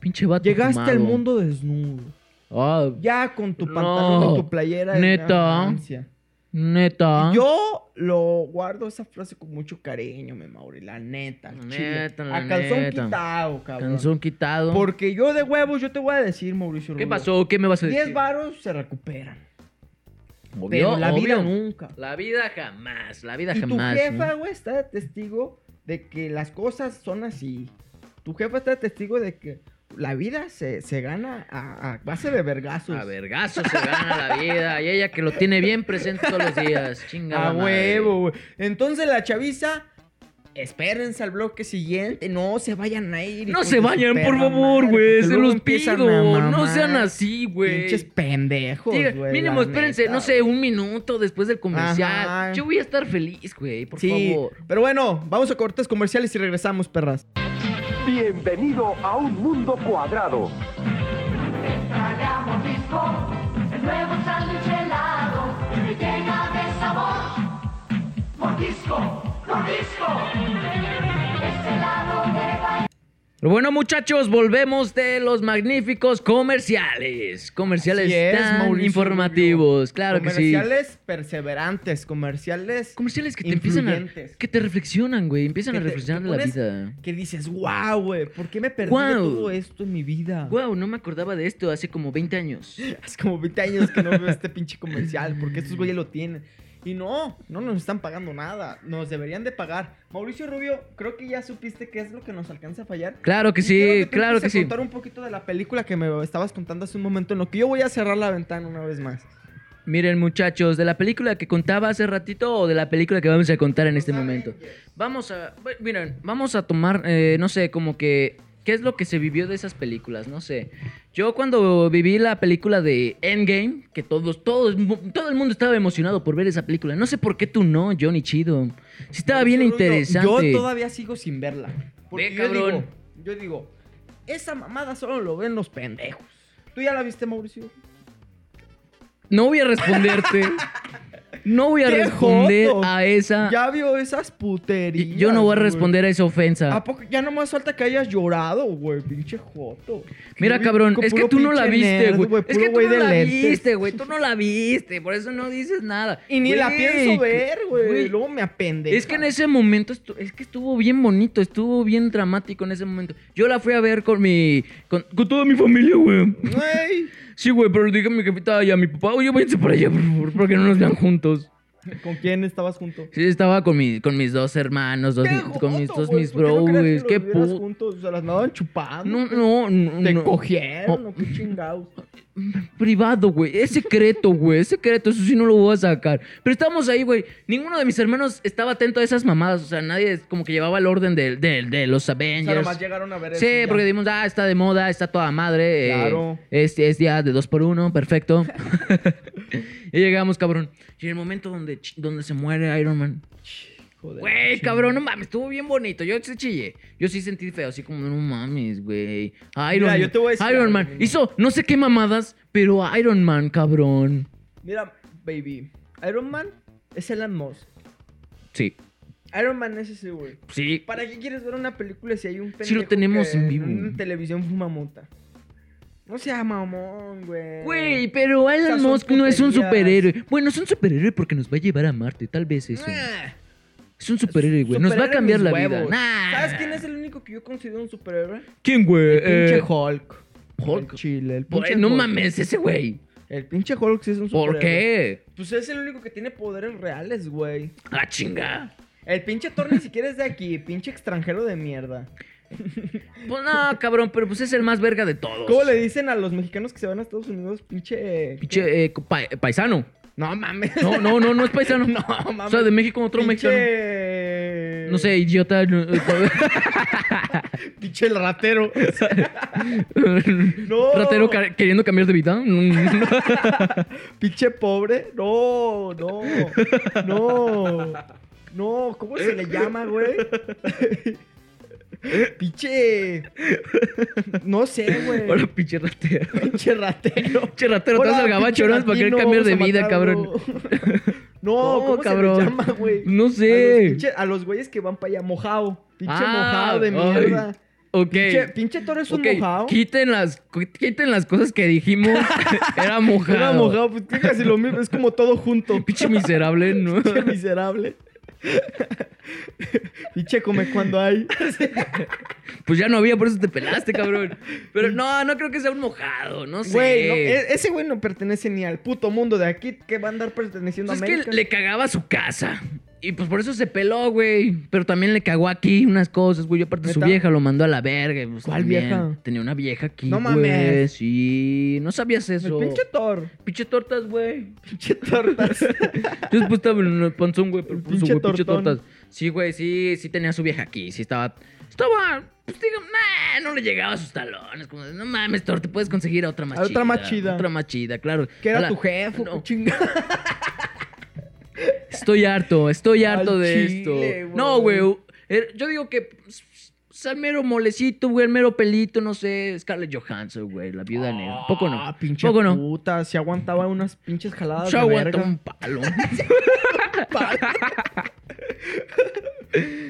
Speaker 2: pinche vato.
Speaker 1: llegaste al
Speaker 2: fumado.
Speaker 1: mundo desnudo.
Speaker 2: Ah,
Speaker 1: Ya con tu
Speaker 2: No,
Speaker 1: pantalón y tu playera. de
Speaker 2: neta.
Speaker 1: ganancia.
Speaker 2: neta.
Speaker 1: Yo lo guardo esa frase con mucho cariño, mi Mauri, la neta. al chile.
Speaker 2: Neta, la
Speaker 1: a calzón
Speaker 2: neta.
Speaker 1: quitado, cabrón.
Speaker 2: Canzón quitado.
Speaker 1: Porque yo de huevos, yo te voy a decir, Mauricio.
Speaker 2: ¿Qué
Speaker 1: Rubio,
Speaker 2: pasó? ¿Qué me vas a decir?
Speaker 1: 10 varos se recuperan.
Speaker 2: Obvio,
Speaker 1: Pero la
Speaker 2: obvio.
Speaker 1: vida nunca.
Speaker 2: La vida jamás, la vida
Speaker 1: Y tu
Speaker 2: jamás.
Speaker 1: jefa,
Speaker 2: ¿no?
Speaker 1: güey, está de testigo de que las cosas son así. Tu jefa está de testigo de que la vida se, se gana a, a base de vergazos.
Speaker 2: A vergazo se gana la vida. Y ella que lo tiene bien presente todos los días. Chinga.
Speaker 1: A
Speaker 2: la
Speaker 1: huevo, güey. Entonces la chaviza, espérense al bloque siguiente. No se vayan a ir.
Speaker 2: madre. No
Speaker 1: hijos
Speaker 2: se
Speaker 1: de su
Speaker 2: vayan, por
Speaker 1: perra
Speaker 2: favor, güey.
Speaker 1: madre, porque
Speaker 2: Se
Speaker 1: luego
Speaker 2: los
Speaker 1: empiezan
Speaker 2: pido.
Speaker 1: a mamar.
Speaker 2: No sean así, güey.
Speaker 1: Pinches pendejos,
Speaker 2: Diga,
Speaker 1: güey.
Speaker 2: mínimo,
Speaker 1: la
Speaker 2: espérense,
Speaker 1: neta,
Speaker 2: no sé, un minuto después del comercial.
Speaker 1: Ajá.
Speaker 2: Yo voy a estar feliz, güey, por
Speaker 1: Sí,
Speaker 2: favor.
Speaker 1: pero bueno, vamos a cortes comerciales y regresamos, perras.
Speaker 3: Bienvenido a un mundo cuadrado.
Speaker 4: Tragamos disco, el nuevo sándwich helado que llena de sabor. Mordisco, mordisco, es helado de vainilla.
Speaker 2: Pero bueno, muchachos, volvemos de los magníficos comerciales. Comerciales
Speaker 1: Así es,
Speaker 2: tan
Speaker 1: Mauricio
Speaker 2: informativos,
Speaker 1: Rubio.
Speaker 2: claro que sí.
Speaker 1: Comerciales perseverantes, comerciales
Speaker 2: Comerciales que te empiezan
Speaker 1: Influyentes.
Speaker 2: a... Que te reflexionan, güey. Empiezan
Speaker 1: que
Speaker 2: a
Speaker 1: te-
Speaker 2: reflexionar
Speaker 1: que
Speaker 2: de la
Speaker 1: pones-
Speaker 2: vida.
Speaker 1: que dices, wow, güey, ¿por qué me perdí de
Speaker 2: Guau.
Speaker 1: todo esto en mi vida?
Speaker 2: Wow, no me acordaba de esto hace como 20 años.
Speaker 1: Hace como 20 años que no veo este pinche comercial, porque estos güeyes lo tienen. Y no, no nos están pagando nada. Nos deberían de pagar. Mauricio Rubio, creo que ya supiste qué es lo que nos alcanza a fallar.
Speaker 2: Claro que
Speaker 1: Y quiero
Speaker 2: sí,
Speaker 1: tú
Speaker 2: claro que
Speaker 1: empieces a
Speaker 2: sí.
Speaker 1: contar un poquito de la película que me estabas contando hace un momento, en lo que yo voy a cerrar la ventana una vez más.
Speaker 2: Miren, muchachos, de la película que contaba hace ratito o de la película que vamos a contar en este
Speaker 1: Los
Speaker 2: momento.
Speaker 1: Avengers.
Speaker 2: Vamos a. bu- Miren, vamos a tomar, eh, no sé, como que. ¿Qué es lo que se vivió de esas películas? No sé. Yo cuando viví la película de Endgame, que todos, todos, mu- todo el mundo estaba emocionado por ver esa película. No sé por qué tú no, Johnny Chido. Sí estaba bien
Speaker 1: Mauricio Rubio,
Speaker 2: interesante.
Speaker 1: Yo todavía sigo sin verla. Porque
Speaker 2: Ve,
Speaker 1: yo
Speaker 2: cabrón.
Speaker 1: digo, yo digo, esa mamada solo lo ven los pendejos. ¿Tú ya la viste, Mauricio?
Speaker 2: No voy a responderte. no voy a
Speaker 1: ¡Qué
Speaker 2: responder
Speaker 1: joto!
Speaker 2: a esa.
Speaker 1: Ya vio esas puterías.
Speaker 2: yo no voy a
Speaker 1: güey. Ah,
Speaker 2: responder a esa ofensa.
Speaker 1: ¿A poco? Ya nomás falta que hayas llorado, güey, pinche joto.
Speaker 2: Mira,
Speaker 1: Yo vi
Speaker 2: cabrón,
Speaker 1: con
Speaker 2: es que
Speaker 1: puro
Speaker 2: tú no la
Speaker 1: pinche
Speaker 2: viste,
Speaker 1: nerd,
Speaker 2: güey. Es
Speaker 1: puro
Speaker 2: que tú
Speaker 1: güey
Speaker 2: no
Speaker 1: de
Speaker 2: la
Speaker 1: lentes.
Speaker 2: viste, güey. Tú no la viste, por eso no dices nada.
Speaker 1: Y ni la
Speaker 2: Güey,
Speaker 1: pienso ver, güey.
Speaker 2: güey,
Speaker 1: Luego me apende.
Speaker 2: Es que en ese momento estu- es que estuvo bien bonito, estuvo bien dramático en ese momento. Yo la fui a ver con mi con, con toda mi familia, güey. Sí, güey, pero le dije a mi jefita y a mi papá, "Oye, váyanse para allá, por favor, para que no nos vean juntos."
Speaker 1: ¿Con quién estabas junto?
Speaker 2: Sí, estaba con mi con mis dos hermanos, dos-
Speaker 1: Qué
Speaker 2: con mis
Speaker 1: joto,
Speaker 2: dos
Speaker 1: güey,
Speaker 2: mis
Speaker 1: ¿por qué
Speaker 2: bros,
Speaker 1: no crees
Speaker 2: güey. Qué
Speaker 1: que los vieras
Speaker 2: puto.
Speaker 1: juntos, se las andaban chupando.
Speaker 2: No, no, no.
Speaker 1: Te
Speaker 2: no.
Speaker 1: cogieron, o qué chingados.
Speaker 2: Privado, güey. Es secreto, güey. Es secreto. Eso sí no lo voy a sacar. Pero estábamos ahí, güey. Ninguno de mis hermanos estaba atento a esas mamadas. O sea, nadie es como que llevaba el orden de, de- de los
Speaker 1: O sea,
Speaker 2: Avengers.
Speaker 1: nomás llegaron a ver eso
Speaker 2: sí,
Speaker 1: y ya.
Speaker 2: porque dimos, ah, está de moda, está toda madre. eh,
Speaker 1: Claro.
Speaker 2: es, es día de dos por uno, perfecto. y llegamos, cabrón. Y en el momento donde, ch- donde se muere Iron Man.
Speaker 1: Joder,
Speaker 2: Güey,
Speaker 1: chingada.
Speaker 2: cabrón, no mames, estuvo bien bonito. Yo sí chillé. Yo sí sentí feo, así como, no mames, güey. Iron,
Speaker 1: Mira, yo te voy a decir
Speaker 2: Iron
Speaker 1: algo,
Speaker 2: Man.
Speaker 1: mira.
Speaker 2: Hizo no sé qué mamadas, pero Iron Man, cabrón.
Speaker 1: Mira, baby. Iron Man es Elon Musk.
Speaker 2: Sí,
Speaker 1: Iron Man es ese, güey.
Speaker 2: sí.
Speaker 1: ¿Para qué quieres ver una película si hay un pendejo
Speaker 2: Sí, lo tenemos
Speaker 1: que
Speaker 2: en vivo.
Speaker 1: una televisión fuma mota? No sea mamón, güey.
Speaker 2: Güey, pero Elon
Speaker 1: Esas son
Speaker 2: Musk no es un
Speaker 1: puterías.
Speaker 2: superhéroe. Bueno, es un superhéroe porque nos va a llevar a Marte, tal vez eso.
Speaker 1: Ah,
Speaker 2: Es un superhéroe, güey. Nos va a
Speaker 1: superhéroe
Speaker 2: cambiar
Speaker 1: mis
Speaker 2: la vida.
Speaker 1: huevos.
Speaker 2: Nah.
Speaker 1: ¿Sabes quién es el único que yo considero un superhéroe?
Speaker 2: ¿Quién, güey?
Speaker 1: El pinche
Speaker 2: Eh,
Speaker 1: Hulk.
Speaker 2: Hulk.
Speaker 1: El chile, el
Speaker 2: güey,
Speaker 1: pinche
Speaker 2: no
Speaker 1: Hulk.
Speaker 2: mames ese güey.
Speaker 1: El pinche Hulk sí es un superhéroe.
Speaker 2: ¿Por qué?
Speaker 1: Pues es el único que tiene poderes reales, güey.
Speaker 2: Ah, chinga.
Speaker 1: El pinche Thor ni siquiera es de aquí, pinche extranjero de mierda.
Speaker 2: Pues no, cabrón, pero pues es el más verga de todos.
Speaker 1: ¿Cómo le dicen a los mexicanos que se van a Estados Unidos, pinche.
Speaker 2: Pinche eh, pa- paisano.
Speaker 1: No mames.
Speaker 2: No, no, no, no es paisano.
Speaker 1: No, mames.
Speaker 2: O sea, de México otro
Speaker 1: pinche...
Speaker 2: mexicano. No sé, idiota. no, eh,
Speaker 1: Pinche el ratero. No.
Speaker 2: Ratero ca- queriendo cambiar de vida. Mm,
Speaker 1: Pinche pobre. No, no. No. No, ¿cómo se le llama, güey? Pinche. No sé, güey.
Speaker 2: Hola, pinche ratero.
Speaker 1: Pinche ratero.
Speaker 2: Pinche ratero, te vas
Speaker 1: Hola,
Speaker 2: al
Speaker 1: pinche
Speaker 2: gabacho, ¿no? Para querer
Speaker 1: latino,
Speaker 2: cambiar de
Speaker 1: vamos a
Speaker 2: vida, cabrón.
Speaker 1: matarlo. No,
Speaker 2: No,
Speaker 1: ¿cómo
Speaker 2: cabrón.
Speaker 1: se le llama, güey?
Speaker 2: No
Speaker 1: A los,
Speaker 2: sé.
Speaker 1: pinche- a los güeyes que van para allá, mojado. Pinche
Speaker 2: Ah,
Speaker 1: mojado de
Speaker 2: ay.
Speaker 1: mierda.
Speaker 2: Ok.
Speaker 1: Pinche, pinche Toro es un
Speaker 2: Ok,
Speaker 1: mojado.
Speaker 2: Quiten las, cu- quiten las cosas que dijimos. Era mojado.
Speaker 1: Era mojado, pues que casi lo mismo, es como todo junto.
Speaker 2: Pinche miserable, ¿no?
Speaker 1: Pinche miserable. Pinche come cuando hay.
Speaker 2: Pues ya no había, por eso te pelaste, cabrón. Pero no, no creo que sea un mojado, no sé.
Speaker 1: Güey, no, e- ese güey no pertenece ni al puto mundo de aquí que va a andar perteneciendo
Speaker 2: Pues
Speaker 1: a
Speaker 2: es
Speaker 1: América.
Speaker 2: que le cagaba su casa. Y pues por eso se peló, güey. Pero también le cagó aquí unas cosas, güey. Y Aparte su
Speaker 1: ¿Neta?
Speaker 2: vieja lo mandó a la verga. y pues
Speaker 1: ¿Cuál
Speaker 2: también
Speaker 1: vieja?
Speaker 2: Tenía una vieja aquí,
Speaker 1: No
Speaker 2: güey.
Speaker 1: mames.
Speaker 2: Sí, no sabías
Speaker 1: El
Speaker 2: eso.
Speaker 1: Pues pinche Thor.
Speaker 2: Pinche tortas, güey.
Speaker 1: Pinche tortas.
Speaker 2: Yo después estaba en el panzón, güey, pero
Speaker 1: El
Speaker 2: puso,
Speaker 1: pinche
Speaker 2: güey, pinche
Speaker 1: tortón.
Speaker 2: tortas. Sí, güey, sí, sí tenía a su vieja aquí, sí estaba... Estaba, pues digo, nah, no le llegaba a sus talones. Como, de, no mames, Thor, te puedes conseguir a otra más
Speaker 1: A
Speaker 2: chida.
Speaker 1: otra más chida.
Speaker 2: Otra más chida, claro.
Speaker 1: que era
Speaker 2: Hola.
Speaker 1: tu jefe, pues,
Speaker 2: No,
Speaker 1: chingada.
Speaker 2: estoy harto, estoy
Speaker 1: Al
Speaker 2: harto de
Speaker 1: chile,
Speaker 2: esto.
Speaker 1: güey.
Speaker 2: No, güey, eh, yo digo que... Es el mero molecito, güey, el mero pelito, no sé. Scarlett Johansson, güey, la viuda negra. Poco no.
Speaker 1: Ah, pinche
Speaker 2: Poco no.
Speaker 1: puta. Se aguantaba unas pinches jaladas.
Speaker 2: Yo
Speaker 1: de
Speaker 2: aguanto
Speaker 1: verga.
Speaker 2: un palo.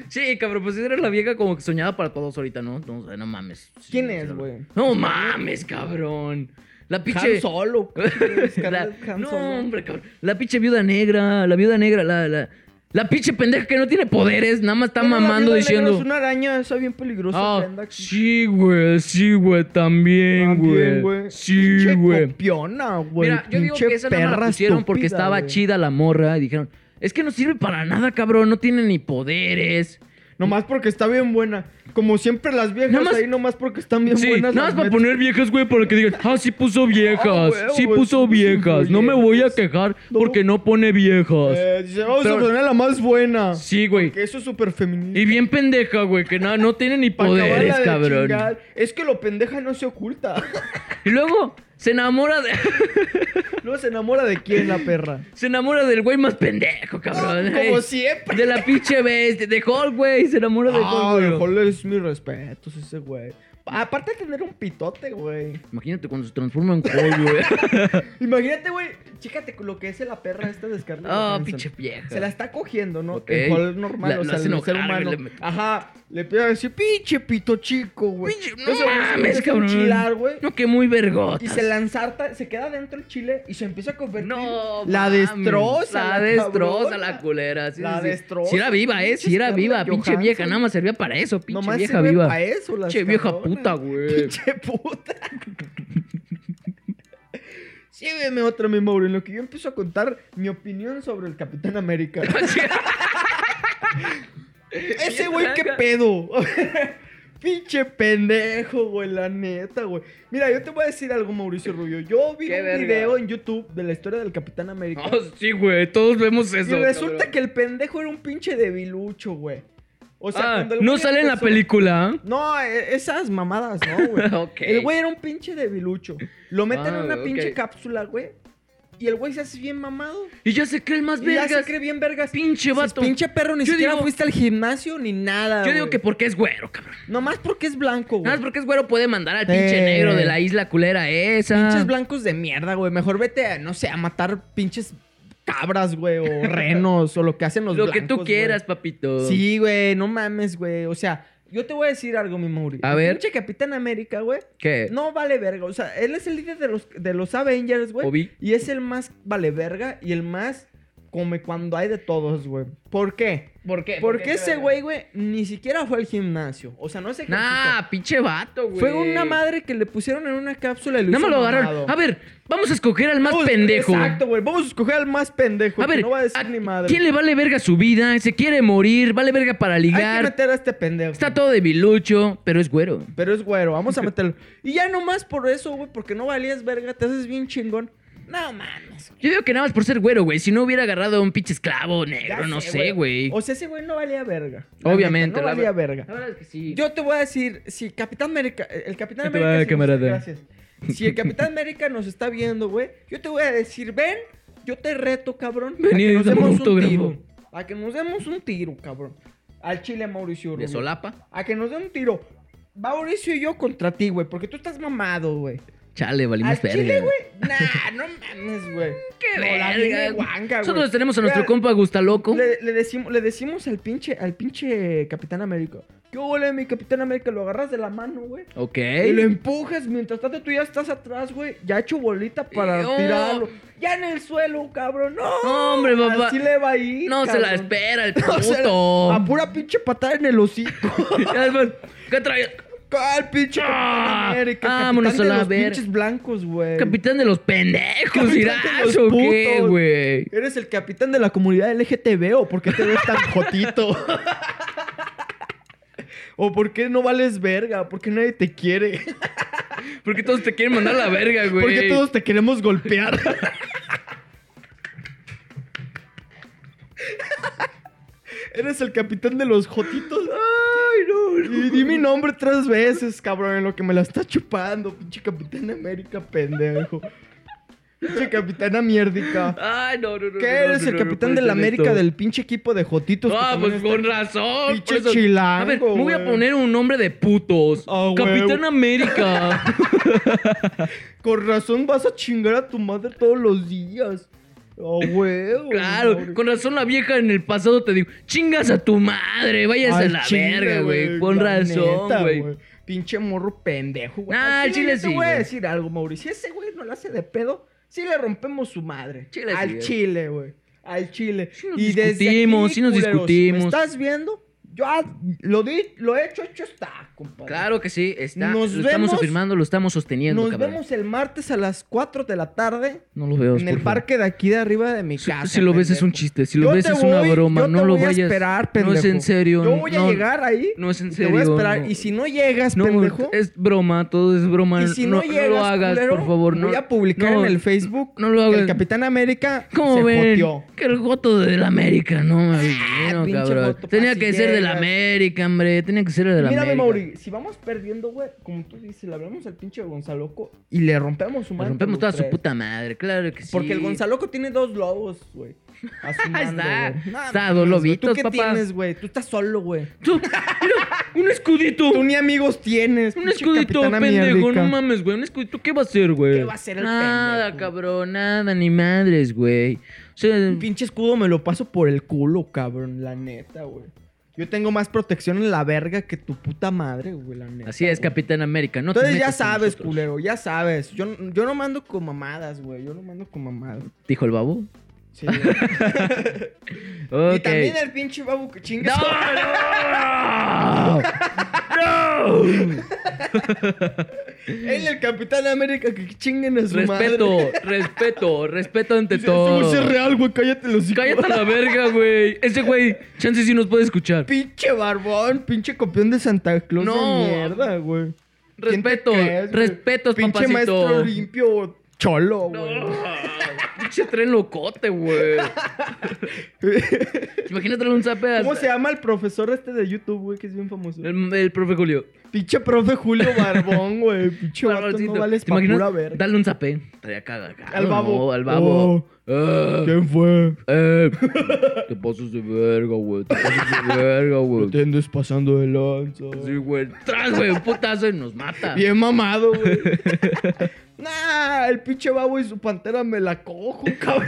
Speaker 2: sí, cabrón, pues eres la vieja como que soñada para todos ahorita, ¿no? No, o sea, no mames. Sí,
Speaker 1: ¿Quién
Speaker 2: sí,
Speaker 1: es,
Speaker 2: no.
Speaker 1: güey?
Speaker 2: No mames, cabrón. La
Speaker 1: Han
Speaker 2: pinche.
Speaker 1: Solo.
Speaker 2: La-
Speaker 1: Scarlett Han
Speaker 2: No,
Speaker 1: Solo.
Speaker 2: hombre, cabrón. La pinche viuda negra, la viuda negra, la, la, la pinche pendeja que no tiene poderes, nada más está
Speaker 1: Bueno, la
Speaker 2: mamando
Speaker 1: viuda negra
Speaker 2: diciendo.
Speaker 1: Es una araña, esa bien peligrosa.
Speaker 2: "Ah,
Speaker 1: prenda aquí".
Speaker 2: sí, güey, sí, güey, también,
Speaker 1: También,
Speaker 2: güey.
Speaker 1: Pinche
Speaker 2: Sí, güey.
Speaker 1: copiona, güey.
Speaker 2: Mira, yo digo
Speaker 1: Pinche
Speaker 2: que esa no la
Speaker 1: perra
Speaker 2: pusieron porque
Speaker 1: estúpida,
Speaker 2: estaba
Speaker 1: güey.
Speaker 2: chida la morra y dijeron, es que no sirve para nada, cabrón, no tiene ni poderes.
Speaker 1: Nomás porque está bien buena. Como siempre las viejas
Speaker 2: Nada más-
Speaker 1: ahí, nomás porque están bien
Speaker 2: sí,
Speaker 1: buenas.
Speaker 2: nada más
Speaker 1: las
Speaker 2: para
Speaker 1: meten.
Speaker 2: poner viejas, güey, para que digan, ah, sí puso viejas,
Speaker 1: Ah, huevo,
Speaker 2: sí
Speaker 1: güey,
Speaker 2: puso
Speaker 1: puso
Speaker 2: viejas, no me voy a
Speaker 1: influyentes.
Speaker 2: quejar
Speaker 1: No.
Speaker 2: porque no pone viejas.
Speaker 1: Eh, dice, vamos
Speaker 2: Pero-
Speaker 1: a poner la más buena.
Speaker 2: sí, güey.
Speaker 1: Que eso es súper feminista.
Speaker 2: Y bien pendeja, güey, que no, no tiene ni
Speaker 1: Pa' acabarla
Speaker 2: poderes,
Speaker 1: de
Speaker 2: cabrón.
Speaker 1: chingar. Es que lo pendeja no se oculta.
Speaker 2: Y luego se enamora de
Speaker 1: Luego se enamora de quién la perra.
Speaker 2: se enamora del güey más pendejo, cabrón.
Speaker 1: Como
Speaker 2: eh.
Speaker 1: siempre.
Speaker 2: De la pinche bestia, de Hulk, güey, se enamora de
Speaker 1: Ah,
Speaker 2: Hulk.
Speaker 1: el
Speaker 2: güey.
Speaker 1: Hulk es mis respetos ese güey. Aparte de tener un pitote, güey.
Speaker 2: Imagínate cuando se transforma en Hulk, güey.
Speaker 1: Imagínate, güey. Chécate con lo que es la perra esta de Scarlett
Speaker 2: Ah,
Speaker 1: Johansson.
Speaker 2: pinche vieja.
Speaker 1: Se la está cogiendo, ¿no?
Speaker 2: Ok.
Speaker 1: El Hulk normal,
Speaker 2: La-
Speaker 1: o
Speaker 2: la
Speaker 1: sea,
Speaker 2: hace
Speaker 1: el
Speaker 2: enojar,
Speaker 1: ser humano.
Speaker 2: le mete-
Speaker 1: Ajá. Le pide a decir, pinche pito chico, güey.
Speaker 2: Pinche- no
Speaker 1: Ese güey se
Speaker 2: mames,
Speaker 1: empieza a
Speaker 2: cabrón.
Speaker 1: enchilar, güey.
Speaker 2: No, que muy vergota.
Speaker 1: Y se lanzarta, se queda dentro el chile y se empieza a convertir.
Speaker 2: No,
Speaker 1: la
Speaker 2: mames,
Speaker 1: destroza.
Speaker 2: La, destroza
Speaker 1: cabrona.
Speaker 2: la culera. Sí,
Speaker 1: La
Speaker 2: sí, sí.
Speaker 1: destroza.
Speaker 2: Si era viva, eh. Si era
Speaker 1: Scarlett
Speaker 2: viva, pinche
Speaker 1: Johansson.
Speaker 2: vieja. Nada más servía para eso, pinche
Speaker 1: Nomás
Speaker 2: vieja
Speaker 1: sirve
Speaker 2: viva.
Speaker 1: pa' eso, las
Speaker 2: pinche vieja
Speaker 1: cabronas.
Speaker 2: puta, güey.
Speaker 1: Pinche puta. Sígueme otra, mi Mauro, en lo que yo empiezo a contar mi opinión sobre el Capitán América. Ese güey, qué pedo. Pinche pendejo, güey, la neta, güey. Mira, yo te voy a decir algo, Mauricio Rubio. Yo vi
Speaker 2: Qué
Speaker 1: un
Speaker 2: verga.
Speaker 1: video en YouTube de la historia del Capitán América.
Speaker 2: Oh, sí, güey. Todos vemos eso.
Speaker 1: y resulta
Speaker 2: cabrón.
Speaker 1: que el pendejo era un pinche debilucho, güey. O sea,
Speaker 2: Ah,
Speaker 1: cuando el
Speaker 2: no
Speaker 1: güey
Speaker 2: sale en la
Speaker 1: empezó-
Speaker 2: película. ¿eh?
Speaker 1: No, e- esas mamadas, no, güey.
Speaker 2: Ok.
Speaker 1: El güey era un pinche debilucho. Lo meten
Speaker 2: Ah,
Speaker 1: en una
Speaker 2: ok.
Speaker 1: pinche cápsula, güey. Y el güey se hace bien mamado.
Speaker 2: Y ya se cree el más
Speaker 1: Y ya se
Speaker 2: vergas.
Speaker 1: cree bien vergas.
Speaker 2: Pinche
Speaker 1: Dices,
Speaker 2: vato.
Speaker 1: Pinche perro, ni
Speaker 2: Yo
Speaker 1: siquiera
Speaker 2: digo-
Speaker 1: fuiste al gimnasio ni nada.
Speaker 2: Yo digo que
Speaker 1: güey.
Speaker 2: porque es güero, cabrón.
Speaker 1: Nomás porque es blanco,
Speaker 2: Nada
Speaker 1: güey.
Speaker 2: más porque es güero puede mandar al pinche
Speaker 1: Eh.
Speaker 2: negro de la isla culera esa.
Speaker 1: Pinches blancos de mierda, güey. Mejor vete, a, no sé, a matar pinches cabras, güey, o renos, o lo que hacen los
Speaker 2: Lo
Speaker 1: blancos.
Speaker 2: que tú
Speaker 1: güey.
Speaker 2: quieras, papito.
Speaker 1: Sí, güey, no mames, güey. O sea, Yo te voy a decir algo, mi Mauri.
Speaker 2: A
Speaker 1: El
Speaker 2: ver.
Speaker 1: Pinche Capitán América, güey.
Speaker 2: ¿Qué?
Speaker 1: No vale verga. O sea, él es el líder de los, de los Avengers, güey.
Speaker 2: Obi.
Speaker 1: Y es el más vale verga y el más come cuando hay de todos, güey. ¿Por qué?
Speaker 2: ¿Por qué?
Speaker 1: Porque ese güey, güey, ni siquiera fue al gimnasio. O sea, no se ejercitó.
Speaker 2: Nah, pinche vato, güey.
Speaker 1: Fue una madre que le pusieron en una cápsula y lo
Speaker 2: No me
Speaker 1: hizo
Speaker 2: lo
Speaker 1: mamado.
Speaker 2: agarraron. A ver, vamos a escoger al más
Speaker 1: Vamos-
Speaker 2: pendejo.
Speaker 1: Exacto, güey. Vamos a escoger al más pendejo.
Speaker 2: A
Speaker 1: que
Speaker 2: ver,
Speaker 1: no va a decir
Speaker 2: ¿a
Speaker 1: ni madre.
Speaker 2: ¿quién le vale verga su vida? Se quiere morir, vale verga para
Speaker 1: Hay que
Speaker 2: ligar.
Speaker 1: meter a este pendejo.
Speaker 2: Está todo debilucho, pero es güero.
Speaker 1: Pero es güero, vamos a meterlo. Y ya nomás por eso, güey, porque no valías verga, te haces bien chingón. No mames.
Speaker 2: Yo digo que nada más por ser güero, güey. Si no hubiera agarrado a un pinche esclavo
Speaker 1: Ya
Speaker 2: negro, no sé, güey.
Speaker 1: O sea, ese güey no valía verga. La
Speaker 2: Obviamente.
Speaker 1: neta,
Speaker 2: la
Speaker 1: no valía
Speaker 2: ver-
Speaker 1: verga.
Speaker 2: La verdad es que sí.
Speaker 1: Yo te voy a decir, si Capitán América, eh, el Capitán
Speaker 2: Ahí te
Speaker 1: América...
Speaker 2: va,
Speaker 1: si nos-
Speaker 2: camarada.
Speaker 1: gracias. Si el Capitán América nos está viendo, güey, yo te voy a decir, ven, yo te reto, cabrón. a
Speaker 2: Ven y
Speaker 1: que nos
Speaker 2: dame un
Speaker 1: demos un
Speaker 2: autógrafo.
Speaker 1: tiro. A que nos demos un tiro, cabrón. Al Chile Mauricio
Speaker 2: De
Speaker 1: Rubio.
Speaker 2: solapa.
Speaker 1: A que nos dé un tiro. Mauricio y yo contra ti, güey, porque tú estás mamado, güey.
Speaker 2: Chale,
Speaker 1: Al
Speaker 2: valimos verga.
Speaker 1: chile, güey. Nah, no mames, güey.
Speaker 2: Qué
Speaker 1: No, la
Speaker 2: verga.
Speaker 1: tiene guanga, güey.
Speaker 2: Nosotros tenemos a nuestro
Speaker 1: Vea,
Speaker 2: compa Gustaloco.
Speaker 1: Le, le decimos, le decimos al pinche, al pinche Capitán América. ¿Qué huele, mi Capitán América? Lo agarras de la mano, güey.
Speaker 2: Ok.
Speaker 1: Y lo empujas, mientras tanto tú ya estás atrás, güey. Ya hecho bolita para
Speaker 2: Eh, oh.
Speaker 1: tirarlo. Ya en el suelo, cabrón. No,
Speaker 2: No, hombre, papá.
Speaker 1: Así le va a ir.
Speaker 2: No se la
Speaker 1: cabrón.
Speaker 2: espera el
Speaker 1: No se la-
Speaker 2: puto.
Speaker 1: a pura pinche patada en el hocico.
Speaker 2: Ya después, ¿Qué traes?
Speaker 1: Al pinche Capitán
Speaker 2: Ah,
Speaker 1: América.
Speaker 2: vámonos a
Speaker 1: capitán de
Speaker 2: la
Speaker 1: los
Speaker 2: ver-
Speaker 1: pinches blancos, güey.
Speaker 2: Capitán de los pendejos,
Speaker 1: Capitán de los
Speaker 2: irás o qué,
Speaker 1: putos.
Speaker 2: güey.
Speaker 1: ¿Eres el capitán de la comunidad LGTB o por qué te ves tan jotito? ¿O por qué no vales verga? ¿Por qué nadie te quiere?
Speaker 2: Porque todos te quieren mandar a la verga, güey.
Speaker 1: ¿Por qué todos te queremos golpear? Eres el capitán de los jotitos. Ay, no, Y di mi nombre tres veces, cabrón, en lo que me la está chupando. Pinche capitán América, pendejo. Pinche capitana mierdica.
Speaker 2: Ay, no, no, no.
Speaker 1: ¿Qué
Speaker 2: no,
Speaker 1: eres
Speaker 2: no,
Speaker 1: el
Speaker 2: no, no,
Speaker 1: capitán
Speaker 2: no,
Speaker 1: de la
Speaker 2: no,
Speaker 1: América
Speaker 2: no.
Speaker 1: del pinche equipo de Jotitos? que
Speaker 2: Ah,
Speaker 1: también
Speaker 2: pues
Speaker 1: está-
Speaker 2: con razón.
Speaker 1: Pinche
Speaker 2: por eso-
Speaker 1: chilango,
Speaker 2: A ver, me voy a
Speaker 1: güey.
Speaker 2: poner un nombre de putos.
Speaker 1: Ah, güey.
Speaker 2: Capitán América.
Speaker 1: Con razón vas a chingar a tu madre todos los días. Oh, huevo.
Speaker 2: claro,
Speaker 1: madre.
Speaker 2: con razón la vieja en el pasado te dijo, chingas a tu madre, váyase
Speaker 1: Ay,
Speaker 2: a la
Speaker 1: chinga,
Speaker 2: verga, güey. Con
Speaker 1: la neta,
Speaker 2: razón, güey.
Speaker 1: Pinche morro pendejo, güey.
Speaker 2: Nah,
Speaker 1: Al
Speaker 2: al chile
Speaker 1: yo te
Speaker 2: sí,
Speaker 1: voy a
Speaker 2: güey.
Speaker 1: decir algo, Mauricio. Si ese güey no le hace de pedo, sí le rompemos su madre.
Speaker 2: Chile
Speaker 1: Al
Speaker 2: sí, güey.
Speaker 1: chile, güey. Al chile.
Speaker 2: Sí nos
Speaker 1: y desde
Speaker 2: discutimos,
Speaker 1: aquí,
Speaker 2: sí nos
Speaker 1: culeros, si
Speaker 2: discutimos.
Speaker 1: ¿Me estás viendo? Yo ah, lo di, lo hecho, hecho está, compadre.
Speaker 2: Claro que sí, está.
Speaker 1: Nos
Speaker 2: lo
Speaker 1: vemos-
Speaker 2: estamos afirmando, lo estamos sosteniendo,
Speaker 1: Nos
Speaker 2: cabrón.
Speaker 1: vemos el martes a las 4 de la tarde
Speaker 2: No lo veo.
Speaker 1: en el parque de aquí de arriba de mi
Speaker 2: Si,
Speaker 1: casa.
Speaker 2: si lo ves es un chiste, si lo
Speaker 1: Yo
Speaker 2: ves
Speaker 1: te
Speaker 2: es una
Speaker 1: voy-
Speaker 2: broma,
Speaker 1: yo te
Speaker 2: no lo
Speaker 1: voy a
Speaker 2: vayas.
Speaker 1: esperar,
Speaker 2: no es en
Speaker 1: pendejo.
Speaker 2: serio.
Speaker 1: Yo voy a
Speaker 2: no-
Speaker 1: llegar ahí.
Speaker 2: no es en
Speaker 1: y Te voy a
Speaker 2: serio,
Speaker 1: esperar.
Speaker 2: no.
Speaker 1: Y si no llegas,
Speaker 2: No,
Speaker 1: pendejo.
Speaker 2: es broma, todo es broma.
Speaker 1: y si
Speaker 2: no,
Speaker 1: no,
Speaker 2: no
Speaker 1: llegas,
Speaker 2: lo hagas,
Speaker 1: culero,
Speaker 2: por favor. No,
Speaker 1: voy a publicar
Speaker 2: no,
Speaker 1: en el Facebook
Speaker 2: no lo
Speaker 1: que el
Speaker 2: hagas.
Speaker 1: Capitán América se
Speaker 2: ¿Cómo ven?
Speaker 1: joteó.
Speaker 2: Que el goto del América, no, me vino,
Speaker 1: pinche
Speaker 2: cabrón.
Speaker 1: joto
Speaker 2: Tenía que ser del
Speaker 1: pasillero.
Speaker 2: América, hombre. Tenía que ser del América.
Speaker 1: Mírame, Mauri, si vamos perdiendo, güey, como tú dices, le hablamos al pinche Gonzaloco y le rompemos su
Speaker 2: Le
Speaker 1: madre.
Speaker 2: rompemos
Speaker 1: los
Speaker 2: toda su
Speaker 1: tres.
Speaker 2: puta madre, claro que sí.
Speaker 1: Porque el Gonzaloco tiene dos lobos, güey. A su
Speaker 2: Ahí
Speaker 1: mando,
Speaker 2: está.
Speaker 1: güey. No
Speaker 2: Está, dos
Speaker 1: mames, güey.
Speaker 2: lobitos,
Speaker 1: ¿Tú qué
Speaker 2: papá.
Speaker 1: tienes, güey? Tú estás solo, güey.
Speaker 2: Tú, mira, un escudito.
Speaker 1: Tú ni amigos tienes.
Speaker 2: Un
Speaker 1: pinche
Speaker 2: escudito,
Speaker 1: capitana
Speaker 2: pendejo,
Speaker 1: miérdica.
Speaker 2: no mames, güey. Un escudito, ¿qué va a ser, güey?
Speaker 1: ¿Qué va a hacer el
Speaker 2: Nada,
Speaker 1: pendejo?
Speaker 2: cabrón, nada, ni madres, güey. O sea,
Speaker 1: Un pinche escudo me lo paso por el culo, cabrón. La neta, güey. Yo tengo más protección en la verga que tu puta madre, güey, la neta.
Speaker 2: así es,
Speaker 1: güey.
Speaker 2: Capitán América. No te
Speaker 1: Entonces ya
Speaker 2: metas con
Speaker 1: sabes,
Speaker 2: nosotros.
Speaker 1: culero, ya sabes. Yo, yo no mando con mamadas, güey. Yo no mando con mamadas.
Speaker 2: Dijo el babo.
Speaker 1: Sí, güey.
Speaker 2: Ok.
Speaker 1: Y también el pinche babu que chingas.
Speaker 2: ¡No! ¡No! ¡No!
Speaker 1: Él, el Capitán América, que chinguen a su
Speaker 2: Respeto,
Speaker 1: madre.
Speaker 2: respeto, respeto ante
Speaker 1: Ese güey sí es
Speaker 2: todo.
Speaker 1: real, güey. Cállate los hijos.
Speaker 2: Cállate a la verga, güey. Ese güey, chance sí nos puede escuchar.
Speaker 1: Pinche barbón, pinche copión de Santa Claus
Speaker 2: No.
Speaker 1: de mierda, güey. ¿Quién te
Speaker 2: Respeto,
Speaker 1: crees, güey?
Speaker 2: respetos,
Speaker 1: Pinche
Speaker 2: papacito.
Speaker 1: maestro limpio, cholo, güey.
Speaker 2: Pinche tren locote, güey. Imagínate un zape a-
Speaker 1: ¿Cómo se llama el profesor este de YouTube, güey, que es bien famoso?
Speaker 2: El, el profe Julio.
Speaker 1: Pinche profe Julio Barbón, güey. Pinche Este vato no
Speaker 2: Barboncito.
Speaker 1: vales
Speaker 2: ¿Te
Speaker 1: pa'
Speaker 2: imaginas?
Speaker 1: pura verga.
Speaker 2: Dale un zape. Estaría cagado.
Speaker 1: Al babo. Oh.
Speaker 2: ¿no? al babo. Eh,
Speaker 1: ¿Quién fue?
Speaker 2: eh. Te pasas de verga, güey. Te pasas de verga, güey.
Speaker 1: Te andas pasando de lanza.
Speaker 2: Sí, güey. Tras, güey. Un putazo y nos mata.
Speaker 1: Bien mamado, güey. nah, el pinche babo y su pantera me la cojo, cabrón.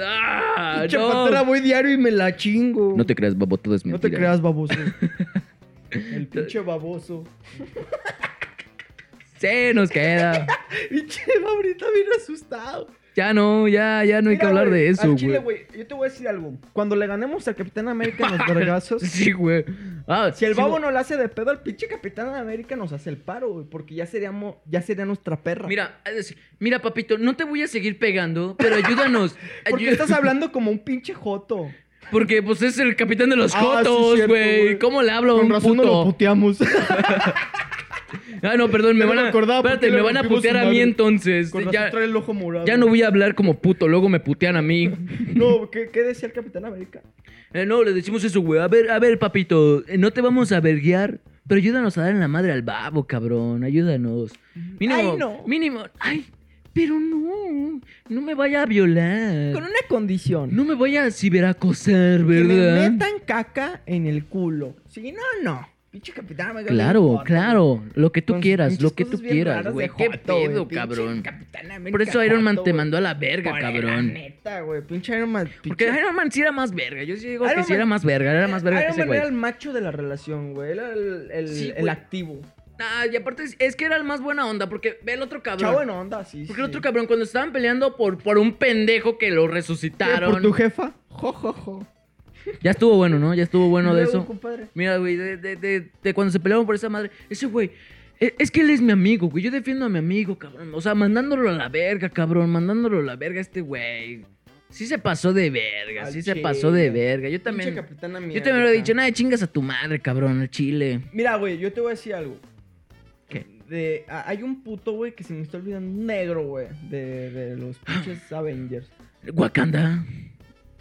Speaker 2: Ah,
Speaker 1: pinche
Speaker 2: no.
Speaker 1: pantera voy diario y me la chingo.
Speaker 2: No te creas, babo. Todo es
Speaker 1: No
Speaker 2: mentira.
Speaker 1: te creas, baboso. El pinche baboso.
Speaker 2: Se nos queda.
Speaker 1: Pinche ahorita bien asustado.
Speaker 2: Ya no, ya, ya no hay que
Speaker 1: Mira,
Speaker 2: hablar de
Speaker 1: al
Speaker 2: eso,
Speaker 1: Chile,
Speaker 2: güey.
Speaker 1: güey. Yo te voy a decir algo. Cuando le ganemos al Capitán América en los vergazos,
Speaker 2: Sí, güey. Ah,
Speaker 1: si el
Speaker 2: sí,
Speaker 1: babo no le hace de pedo al pinche Capitán América, nos hace el paro, güey. Porque ya seríamos, ya sería nuestra perra.
Speaker 2: Mira, es- mira, papito, no te voy a seguir pegando, pero ayúdanos.
Speaker 1: Porque
Speaker 2: Ayú-
Speaker 1: estás hablando como un pinche joto.
Speaker 2: Porque, pues, es el capitán de los
Speaker 1: Ah, sí,
Speaker 2: Jotos,
Speaker 1: cierto,
Speaker 2: güey.
Speaker 1: güey.
Speaker 2: ¿Cómo le hablo a un
Speaker 1: no lo
Speaker 2: puto? Este,
Speaker 1: puteamos.
Speaker 2: Ah, no, perdón, me
Speaker 1: Ya no
Speaker 2: van a...
Speaker 1: me acordaba por
Speaker 2: Espérate,
Speaker 1: qué
Speaker 2: me
Speaker 1: le
Speaker 2: van a
Speaker 1: rompimos
Speaker 2: putear
Speaker 1: su
Speaker 2: a mí
Speaker 1: madre.
Speaker 2: entonces.
Speaker 1: Con razón
Speaker 2: Ya,
Speaker 1: trae el ojo morado.
Speaker 2: ya no voy a hablar como puto, luego me putean a mí.
Speaker 1: No, ¿qué, qué decía el Capitán América?
Speaker 2: Eh, no, le decimos eso, güey. A ver, a ver, papito, eh, no te vamos a verguear, pero ayúdanos a dar en la madre al babo, cabrón. Ayúdanos. Mínimo,
Speaker 1: Ay, no.
Speaker 2: mínimo. Ay, pero no. No me vaya a violar.
Speaker 1: Con una condición.
Speaker 2: No me vaya a ciberacosar,
Speaker 1: Que
Speaker 2: ¿verdad?
Speaker 1: me metan caca en el culo. Si no, no. Pinche Capitán América. no
Speaker 2: Claro,
Speaker 1: importa, güey.
Speaker 2: claro. Lo que tú
Speaker 1: Con sus
Speaker 2: quieras, lo
Speaker 1: pinches
Speaker 2: que tú
Speaker 1: cosas bien
Speaker 2: quieras,
Speaker 1: raras
Speaker 2: güey.
Speaker 1: de
Speaker 2: Qué
Speaker 1: joto, güey.
Speaker 2: pedo,
Speaker 1: Pinche
Speaker 2: cabrón.
Speaker 1: Capitán América
Speaker 2: Por eso Iron Man
Speaker 1: joto,
Speaker 2: te
Speaker 1: güey.
Speaker 2: mandó a la verga,
Speaker 1: Por La
Speaker 2: cabrón.
Speaker 1: neta, güey. Pinche Iron Man.
Speaker 2: Porque
Speaker 1: pinche-
Speaker 2: Iron Man sí era más verga. Yo sí digo que
Speaker 1: Iron
Speaker 2: sí
Speaker 1: Man-
Speaker 2: era más verga. Era más verga que
Speaker 1: Iron
Speaker 2: ese
Speaker 1: Man
Speaker 2: güey.
Speaker 1: era el macho de la relación, güey. Era el, el-
Speaker 2: Sí, güey.
Speaker 1: el activo.
Speaker 2: Ah, y aparte es- es que era el más buena onda. Porque ve el otro cabrón.
Speaker 1: Chavo en onda, sí.
Speaker 2: Porque el
Speaker 1: sí.
Speaker 2: otro cabrón, cuando estaban peleando por, por un pendejo que lo resucitaron.
Speaker 1: ¿Por tu jefa? Jo, jo, jo.
Speaker 2: Ya estuvo bueno, ¿no? Ya estuvo bueno de
Speaker 1: Luego,
Speaker 2: eso.
Speaker 1: compadre.
Speaker 2: Mira, güey, de, de- de- de cuando se pelearon por esa madre. Ese güey, e- es que él es mi amigo, güey. Yo defiendo a mi amigo, cabrón. O sea, mandándolo a la verga, cabrón. Mandándolo a la verga a este güey. Sí se pasó de verga,
Speaker 1: Al
Speaker 2: sí se
Speaker 1: chile.
Speaker 2: pasó de verga. Yo también.
Speaker 1: Pinche Capitán América.
Speaker 2: Yo también lo he dicho, nada, chingas a tu madre, cabrón, al chile.
Speaker 1: Mira, güey, yo te voy a decir algo.
Speaker 2: ¿Qué?
Speaker 1: De, a- hay un puto, güey, que se me está olvidando. Un negro, güey. De, de los pinches Avengers.
Speaker 2: Wakanda,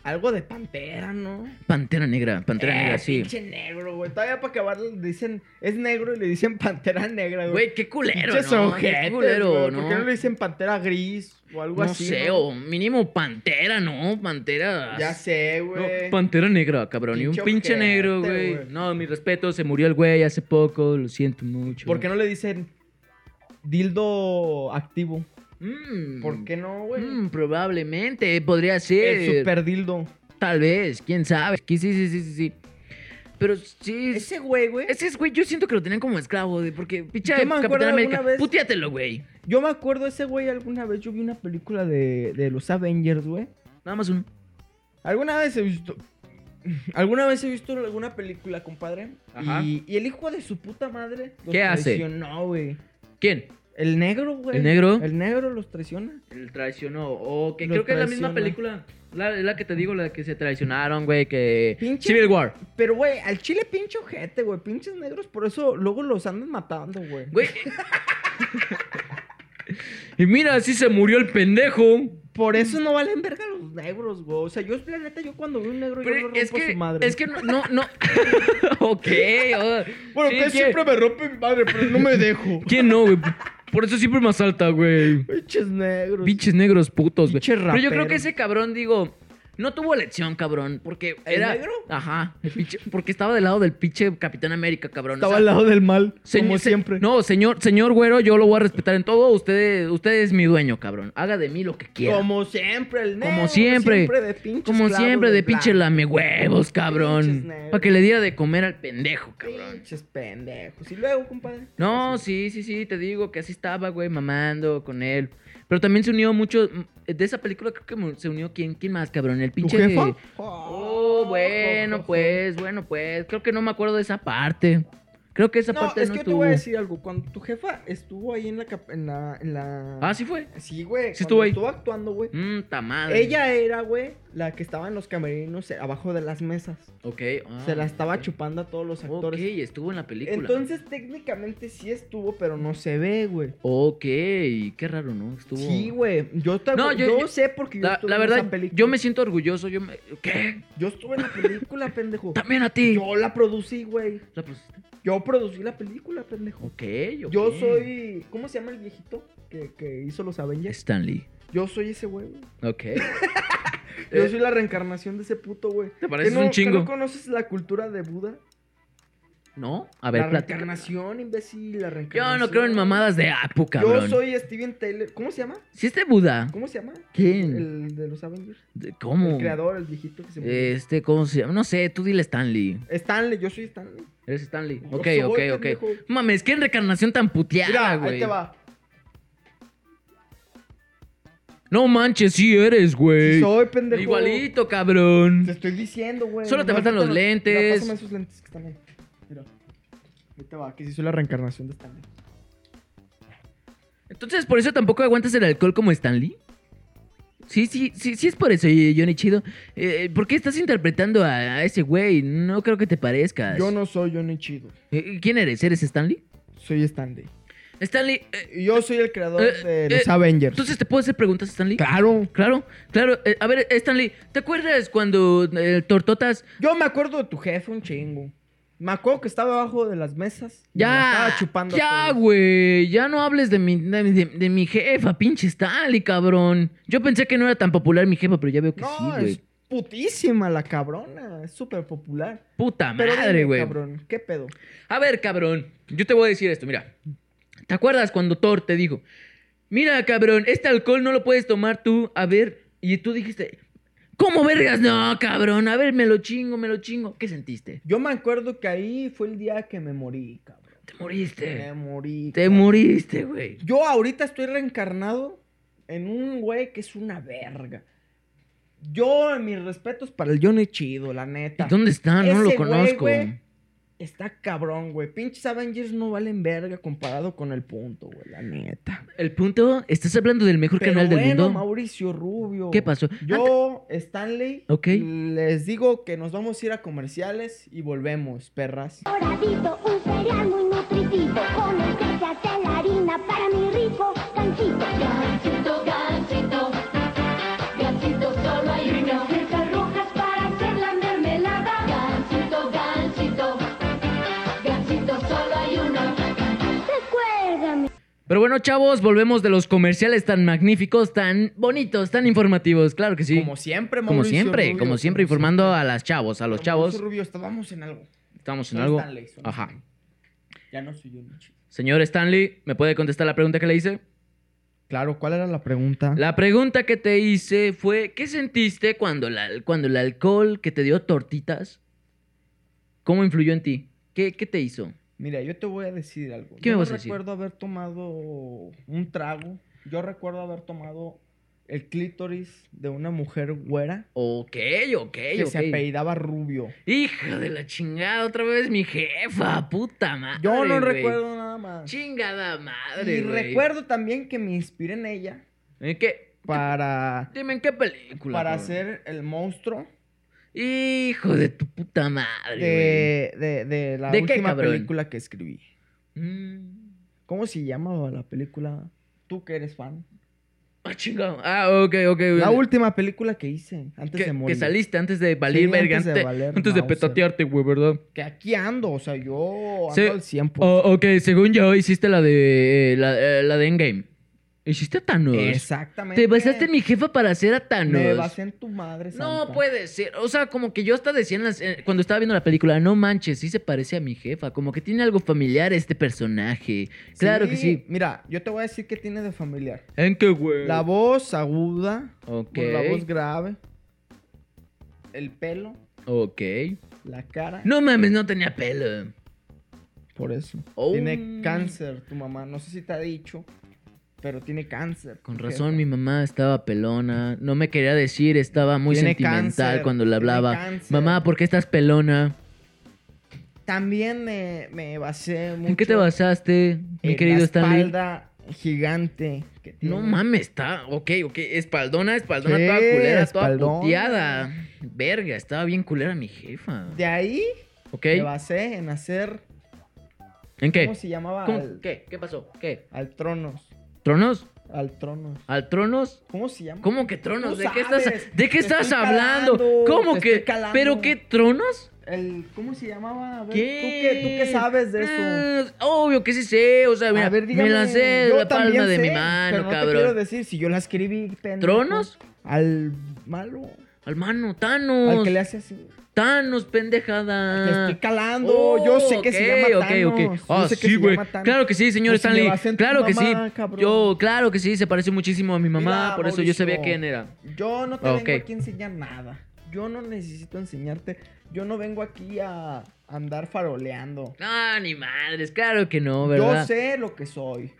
Speaker 1: Algo de pantera, ¿no?
Speaker 2: pantera negra, pantera
Speaker 1: Eh,
Speaker 2: negra, sí.
Speaker 1: Pinche negro, güey. Todavía para acabar le dicen. Es negro y le dicen pantera negra, güey.
Speaker 2: Güey, qué culero,
Speaker 1: Pinches
Speaker 2: ¿no?
Speaker 1: ojetes,
Speaker 2: qué culero,
Speaker 1: güey.
Speaker 2: ¿no?
Speaker 1: ¿Por qué no le dicen pantera gris o algo
Speaker 2: no
Speaker 1: así?
Speaker 2: sé, o mínimo Pantera, ¿no? Pantera.
Speaker 1: Ya sé, güey.
Speaker 2: No, Pantera negra, cabrón. y
Speaker 1: Pinche
Speaker 2: un pinche
Speaker 1: ojete,
Speaker 2: negro, güey.
Speaker 1: güey.
Speaker 2: No, mi respeto, se murió el güey hace poco, lo siento mucho.
Speaker 1: ¿Por qué no le dicen dildo activo?
Speaker 2: Mm,
Speaker 1: ¿Por qué no, güey?
Speaker 2: mm, probablemente, podría ser.
Speaker 1: El super dildo.
Speaker 2: Tal vez, quién sabe. Que Sí, sí, sí, sí, sí. Pero sí. Ese,
Speaker 1: Ese güey, güey.
Speaker 2: güey, yo siento que lo tenían como esclavo, de porque pinche
Speaker 1: Yo me acuerdo
Speaker 2: Capitán
Speaker 1: alguna
Speaker 2: América.
Speaker 1: vez-
Speaker 2: Puteatelo, güey.
Speaker 1: Yo me acuerdo ese güey alguna vez. Yo vi una película de, de los Avengers, güey.
Speaker 2: Nada más uno.
Speaker 1: Alguna vez he visto. Alguna vez he visto alguna película, compadre.
Speaker 2: Ajá.
Speaker 1: Y, y el hijo de su puta madre. los
Speaker 2: ¿Qué hace?
Speaker 1: Traicionó, güey.
Speaker 2: ¿Quién?
Speaker 1: El negro, güey.
Speaker 2: ¿El negro?
Speaker 1: El negro los traiciona.
Speaker 2: El traicionó. O que
Speaker 1: Lo
Speaker 2: creo que es la misma
Speaker 1: traiciona.
Speaker 2: película. La, es la que te digo, la que se traicionaron, güey, que.
Speaker 1: Pinche-
Speaker 2: Civil War.
Speaker 1: Pero, güey, al chile pinche ojete, güey. Pinches negros, por eso luego los andan matando, güey.
Speaker 2: Güey. y mira, así se murió el pendejo.
Speaker 1: Por
Speaker 2: Mm.
Speaker 1: eso no valen verga los negros, güey. O sea, yo, la neta, yo cuando veo un negro, yo
Speaker 2: Pero
Speaker 1: lo
Speaker 2: es
Speaker 1: rompo a
Speaker 2: que,
Speaker 1: su madre.
Speaker 2: es que no, no, no. ok. oh. Sí, ¿quién-
Speaker 1: me rompe mi madre, pero no me dejo.
Speaker 2: ¿Quién no, güey? Por eso siempre me asalta, güey.
Speaker 1: Pinches negros.
Speaker 2: Pinches negros putos, güey.
Speaker 1: Pinche
Speaker 2: Pero yo creo
Speaker 1: rapero.
Speaker 2: que ese cabrón, digo, no tuvo elección, cabrón. Porque
Speaker 1: ¿El
Speaker 2: era.
Speaker 1: negro?
Speaker 2: Ajá. el pinche- porque estaba del lado del pinche Capitán América, cabrón. o
Speaker 1: Estaba
Speaker 2: sea,
Speaker 1: al lado del mal,
Speaker 2: Señor-
Speaker 1: como
Speaker 2: se-
Speaker 1: siempre.
Speaker 2: No, señor, señor güero, yo lo voy a respetar en todo. Usted, usted es mi dueño, cabrón. Haga de mí lo que quiera. Como,
Speaker 1: como siempre, el negro.
Speaker 2: siempre.
Speaker 1: de pinche esclavo
Speaker 2: siempre, de
Speaker 1: blanco.
Speaker 2: pinche lame huevos,
Speaker 1: Pinches
Speaker 2: cabrón.
Speaker 1: negros.
Speaker 2: Para que le diera de comer al pendejo, cabrón.
Speaker 1: Pinches pendejos. Y luego, compadre.
Speaker 2: No, sí, sí, sí, te digo que así estaba, güey, mamando con él. Pero también se unió mucho. mm, De esa película creo que mu- se unió quién, quién más, cabrón. El pinche.
Speaker 1: jefa?
Speaker 2: Oh, bueno, pues, bueno, pues. Creo que no me acuerdo de esa parte. Creo que esa
Speaker 1: No,
Speaker 2: parte
Speaker 1: es
Speaker 2: no
Speaker 1: que yo te
Speaker 2: estuvo.
Speaker 1: voy a decir algo. Cuando tu jefa estuvo ahí en la. cap- En la, en la...
Speaker 2: Ah, sí fue.
Speaker 1: Sí, güey.
Speaker 2: Sí
Speaker 1: cuando
Speaker 2: estuvo ahí.
Speaker 1: Estuvo actuando, güey.
Speaker 2: Mmm, ta madre.
Speaker 1: Ella era, güey, la que estaba en los camerinos eh, abajo de las mesas.
Speaker 2: Ok. ah,
Speaker 1: Se la estaba
Speaker 2: ok.
Speaker 1: chupando a todos los actores.
Speaker 2: Ok, estuvo en la película.
Speaker 1: Entonces, técnicamente sí estuvo, pero no se ve, güey.
Speaker 2: Ok, qué raro, ¿no? Estuvo.
Speaker 1: Sí, güey. Yo, te-
Speaker 2: No, yo-
Speaker 1: yo,
Speaker 2: yo-
Speaker 1: sé porque yo
Speaker 2: La,
Speaker 1: estuve
Speaker 2: la
Speaker 1: en esa
Speaker 2: verdad,
Speaker 1: película.
Speaker 2: yo me siento orgulloso. Yo me... ¿Qué?
Speaker 1: Yo estuve en la película, pendejo.
Speaker 2: También a ti.
Speaker 1: Yo la producí, güey.
Speaker 2: ¿La pusiste?
Speaker 1: Yo producí la película, pendejo.
Speaker 2: Ok, ok.
Speaker 1: Yo soy. ¿Cómo se llama el viejito que, que hizo los Avengers?
Speaker 2: Stanley.
Speaker 1: Yo soy ese güey, güey.
Speaker 2: Ok.
Speaker 1: Yo
Speaker 2: Eh,
Speaker 1: soy la reencarnación de ese puto, güey.
Speaker 2: Te
Speaker 1: ¿Que
Speaker 2: pareces
Speaker 1: no,
Speaker 2: un
Speaker 1: que
Speaker 2: chingo.
Speaker 1: no conoces la cultura de Buda?
Speaker 2: ¿No? A ver,
Speaker 1: la
Speaker 2: platícame.
Speaker 1: reencarnación, imbécil,
Speaker 2: Yo
Speaker 1: la reencarnación.
Speaker 2: no creo en mamadas de Apu,
Speaker 1: Yo
Speaker 2: cabrón.
Speaker 1: soy Steven Taylor. ¿Cómo se llama?
Speaker 2: Si este Buda.
Speaker 1: ¿Cómo se llama?
Speaker 2: ¿Quién?
Speaker 1: El de los Avengers.
Speaker 2: de- ¿Cómo?
Speaker 1: El creador, el viejito que se murió.
Speaker 2: Este, ¿cómo se llama? No sé, tú dile Stanley.
Speaker 1: Stanley, yo soy Stanley.
Speaker 2: Eres Stanley.
Speaker 1: Yo
Speaker 2: Ok,
Speaker 1: soy,
Speaker 2: ok, ok.
Speaker 1: pendejo.
Speaker 2: Mames, qué reencarnación tan
Speaker 1: Mira,
Speaker 2: puteada,
Speaker 1: ahí
Speaker 2: güey.
Speaker 1: te va.
Speaker 2: No manches, sí eres,
Speaker 1: Sí
Speaker 2: güey.
Speaker 1: soy pendejo.
Speaker 2: Igualito, cabrón.
Speaker 1: Te estoy diciendo, güey.
Speaker 2: Solo te
Speaker 1: No,
Speaker 2: faltan los
Speaker 1: quítalo. Mira,
Speaker 2: lentes.
Speaker 1: Pásame esos lentes que están ahí. Mira. Ahí te va, que sí soy la reencarnación de Stanley.
Speaker 2: Entonces, por eso tampoco aguantas el alcohol como Stanley. Sí, sí, sí, sí es por eso, eh, Johnny Chido. Eh, ¿Por qué estás interpretando a, a ese güey? No creo que te parezcas.
Speaker 1: Yo no soy Johnny Chido.
Speaker 2: Eh, ¿Quién eres? ¿Eres Stanley?
Speaker 1: Soy Stanley.
Speaker 2: Stanley, eh,
Speaker 1: Y yo soy el creador
Speaker 2: Eh,
Speaker 1: de los
Speaker 2: eh,
Speaker 1: Avengers.
Speaker 2: entonces te puedo hacer preguntas, Stanley.
Speaker 1: claro.
Speaker 2: Claro, claro. Eh, a ver, Stanley, ¿te acuerdas cuando eh, Tortotas
Speaker 1: Yo me acuerdo de tu jefe un chingo. Me acuerdo que estaba abajo de las mesas. y me la
Speaker 2: Ya,
Speaker 1: Estaba chupando. a
Speaker 2: ya,
Speaker 1: todos.
Speaker 2: güey. Ya no hables de mi, de, de- de mi jefa, pinche Stanley, cabrón. Yo pensé que no era tan popular mi jefa, pero ya veo que sí,
Speaker 1: No,
Speaker 2: güey.
Speaker 1: es putísima la cabrona. Es súper popular.
Speaker 2: Puta
Speaker 1: Pero
Speaker 2: madre,
Speaker 1: dime,
Speaker 2: güey.
Speaker 1: cabrón, ¿qué pedo?
Speaker 2: A ver, cabrón. Yo te voy a decir esto, mira. ¿Te acuerdas cuando Thor te dijo, mira, cabrón, este alcohol no lo puedes tomar tú? A ver, y tú dijiste, ¿cómo vergas? No, cabrón, a ver, me lo chingo, me lo chingo. ¿Qué sentiste?
Speaker 1: Yo me acuerdo que ahí fue el día que me morí, cabrón.
Speaker 2: Te moriste.
Speaker 1: Me morí.
Speaker 2: Eh, Te
Speaker 1: cabrón.
Speaker 2: moriste, güey.
Speaker 1: Yo ahorita estoy reencarnado en un güey que es una verga. Yo, mis respetos para el Johnny Chido, la neta.
Speaker 2: ¿Y dónde está? Ah, No
Speaker 1: Ese
Speaker 2: lo
Speaker 1: güey,
Speaker 2: conozco.
Speaker 1: güey, Está cabrón, güey. Pinches Avengers no valen verga comparado con el punto, güey, la neta.
Speaker 2: El punto, estás hablando del mejor
Speaker 1: Pero
Speaker 2: canal del
Speaker 1: bueno,
Speaker 2: mundo.
Speaker 1: Mauricio Rubio.
Speaker 2: ¿Qué pasó?
Speaker 1: Yo, Stanley,
Speaker 2: Ok.
Speaker 1: les digo que nos vamos a ir a comerciales y volvemos, perras.
Speaker 5: Doradito, un cereal muy nutritivo, con el que se hace la harina para mi rico ganchito.
Speaker 4: Gansito, gansito, gansito, solo hay uno. Fresas rojas para hacer la mermelada. Gansito, gansito, gansito, solo hay uno.
Speaker 5: Recuérdame.
Speaker 2: Pero bueno, chavos, volvemos de los comerciales tan magníficos, tan bonitos, tan informativos. Claro que sí.
Speaker 1: Como siempre,
Speaker 2: Como
Speaker 1: Mauricio
Speaker 2: siempre,
Speaker 1: Rubio,
Speaker 2: como siempre, informando a las chavos, a los
Speaker 1: Mauricio
Speaker 2: chavos.
Speaker 1: Rubio, estábamos en algo.
Speaker 2: Estamos en
Speaker 1: Soy
Speaker 2: algo.
Speaker 1: Stanley, soy
Speaker 2: Ajá.
Speaker 1: Stanley. Ya no soy yo, Nietzsche.
Speaker 2: Señor Stanley, ¿me puede contestar la pregunta que le hice?
Speaker 1: Claro, ¿cuál era la pregunta?
Speaker 2: La pregunta que te hice fue, ¿qué sentiste cuando, la- cuando el alcohol que te dio tortitas, cómo influyó en ti? ¿Qué, qué te hizo?
Speaker 1: Mira, yo te voy a decir algo.
Speaker 2: ¿Qué
Speaker 1: yo
Speaker 2: me
Speaker 1: no
Speaker 2: vas a decir?
Speaker 1: recuerdo haber tomado un trago. Yo recuerdo haber tomado el clítoris de una mujer güera
Speaker 2: Ok, ok,
Speaker 1: que se
Speaker 2: ok.
Speaker 1: apellidaba Rubio.
Speaker 2: Hijo de la chingada, otra vez mi jefa, puta madre.
Speaker 1: Yo
Speaker 2: güey.
Speaker 1: no recuerdo nada más.
Speaker 2: Chingada madre.
Speaker 1: y
Speaker 2: güey.
Speaker 1: recuerdo también que me inspiré en ella
Speaker 2: ¿En qué?
Speaker 1: para,
Speaker 2: Dime en qué película.
Speaker 1: para
Speaker 2: cabrón?
Speaker 1: hacer el monstruo
Speaker 2: Hijo de tu puta madre.
Speaker 1: de, de- de la
Speaker 2: ¿De qué,
Speaker 1: última
Speaker 2: cabrón?
Speaker 1: película que escribí.
Speaker 2: güey. Mm.
Speaker 1: ¿Cómo se llamaba la película? Tú que eres fan.
Speaker 2: Ah, chingado. Ah, ok, ok.
Speaker 1: La
Speaker 2: güey.
Speaker 1: última película que hice antes
Speaker 2: que,
Speaker 1: de
Speaker 2: que
Speaker 1: morir.
Speaker 2: saliste antes de valer
Speaker 1: Sí,
Speaker 2: verga,
Speaker 1: antes de
Speaker 2: antes,
Speaker 1: valer
Speaker 2: antes de
Speaker 1: Mauser.
Speaker 2: petatearte, güey, ¿verdad?
Speaker 1: Que aquí ando, o sea, yo ando
Speaker 2: Sí.
Speaker 1: al 100%.
Speaker 2: Oh, ok, según yo hiciste la de eh, la, eh, la de Endgame. Hiciste a Thanos.
Speaker 1: Exactamente.
Speaker 2: Oh, Te basaste en mi jefa para hacer a Thanos.
Speaker 1: Me basé en tu madre, santa.
Speaker 2: No puede ser. O sea, como que yo hasta decía en las- eh, cuando estaba viendo la película, no manches, sí se parece a mi jefa. Como que tiene algo familiar este personaje. Claro que sí.
Speaker 1: Mira, yo te voy a decir qué tiene de familiar.
Speaker 2: ¿En qué, güey?
Speaker 1: La voz aguda,
Speaker 2: Ok.
Speaker 1: con la voz grave, el pelo,
Speaker 2: Ok.
Speaker 1: la cara.
Speaker 2: No mames, no tenía pelo.
Speaker 1: Por eso.
Speaker 2: Oh.
Speaker 1: Tiene cáncer tu mamá. No sé si te ha dicho, pero tiene cáncer.
Speaker 2: Con
Speaker 1: tu
Speaker 2: razón, mi
Speaker 1: jefa.
Speaker 2: mamá estaba pelona. No me quería decir, estaba muy
Speaker 1: Tiene
Speaker 2: sentimental
Speaker 1: cáncer,
Speaker 2: cuando le
Speaker 1: tiene
Speaker 2: hablaba.
Speaker 1: cáncer.
Speaker 2: Mamá, ¿por qué estás pelona?
Speaker 1: También me, me basé mucho
Speaker 2: ¿En qué te basaste, mi
Speaker 1: en
Speaker 2: querido
Speaker 1: la
Speaker 2: Stanley?
Speaker 1: espalda gigante que tiene.
Speaker 2: No mames, está. Ok, ok. Espaldona, espaldona,
Speaker 1: Sí,
Speaker 2: toda culera, toda
Speaker 1: espaldona.
Speaker 2: puteada. Verga, estaba bien culera mi jefa.
Speaker 1: De ahí
Speaker 2: Ok.
Speaker 1: me basé en hacer.
Speaker 2: ¿En qué?
Speaker 1: ¿Cómo se llamaba?
Speaker 2: ¿Cómo?
Speaker 1: Al,
Speaker 2: ¿Qué? ¿Qué pasó? ¿Qué?
Speaker 1: al Tronos.
Speaker 2: ¿Tronos?
Speaker 1: Al Tronos.
Speaker 2: ¿Al tronos?
Speaker 1: ¿Cómo se llama?
Speaker 2: ¿Cómo que tronos?
Speaker 1: Tú
Speaker 2: ¿De qué
Speaker 1: sabes,
Speaker 2: estás, ¿de qué
Speaker 1: te estoy
Speaker 2: estás hablando?
Speaker 1: calando,
Speaker 2: ¿Cómo
Speaker 1: te
Speaker 2: que?
Speaker 1: estoy calando.
Speaker 2: ¿Pero qué tronos?
Speaker 1: El, ¿Cómo se llamaba? A ver,
Speaker 2: ¿Qué?
Speaker 1: ¿tú, qué, ¿Tú qué sabes de eso?
Speaker 2: Ah, obvio que sí sé, o sea, Ah, mira,
Speaker 1: a ver, dígame.
Speaker 2: me la sé de
Speaker 1: Yo
Speaker 2: la palma
Speaker 1: también
Speaker 2: de mi
Speaker 1: sé,
Speaker 2: mano,
Speaker 1: pero no Te quiero
Speaker 2: cabrón.
Speaker 1: decir si yo la escribí, pendejo.
Speaker 2: ¿Tronos?
Speaker 1: Al malo.
Speaker 2: Al mano, Thanos.
Speaker 1: Al que le hace así.
Speaker 2: Thanos, pendejada.
Speaker 1: Te estoy calando.
Speaker 2: Oh,
Speaker 1: Yo sé que se llama Thanos.
Speaker 2: Ah,
Speaker 1: Yo sé que
Speaker 2: sí,
Speaker 1: se
Speaker 2: güey.
Speaker 1: llama Thanos.
Speaker 2: Claro que sí, señor
Speaker 1: Pues si le
Speaker 2: Stanley.
Speaker 1: vas en tu
Speaker 2: claro que
Speaker 1: mamá,
Speaker 2: sí.
Speaker 1: cabrón.
Speaker 2: Yo, claro que sí, se parece muchísimo a mi mamá.
Speaker 1: Mira,
Speaker 2: por eso yo sabía
Speaker 1: Mauricio,
Speaker 2: quién era.
Speaker 1: Yo no te
Speaker 2: Ah, ok.
Speaker 1: vengo aquí a enseñar nada. Yo no necesito enseñarte. Yo no vengo aquí a andar faroleando.
Speaker 2: No, ni madres, claro que no, ¿verdad?
Speaker 1: Yo sé lo que soy.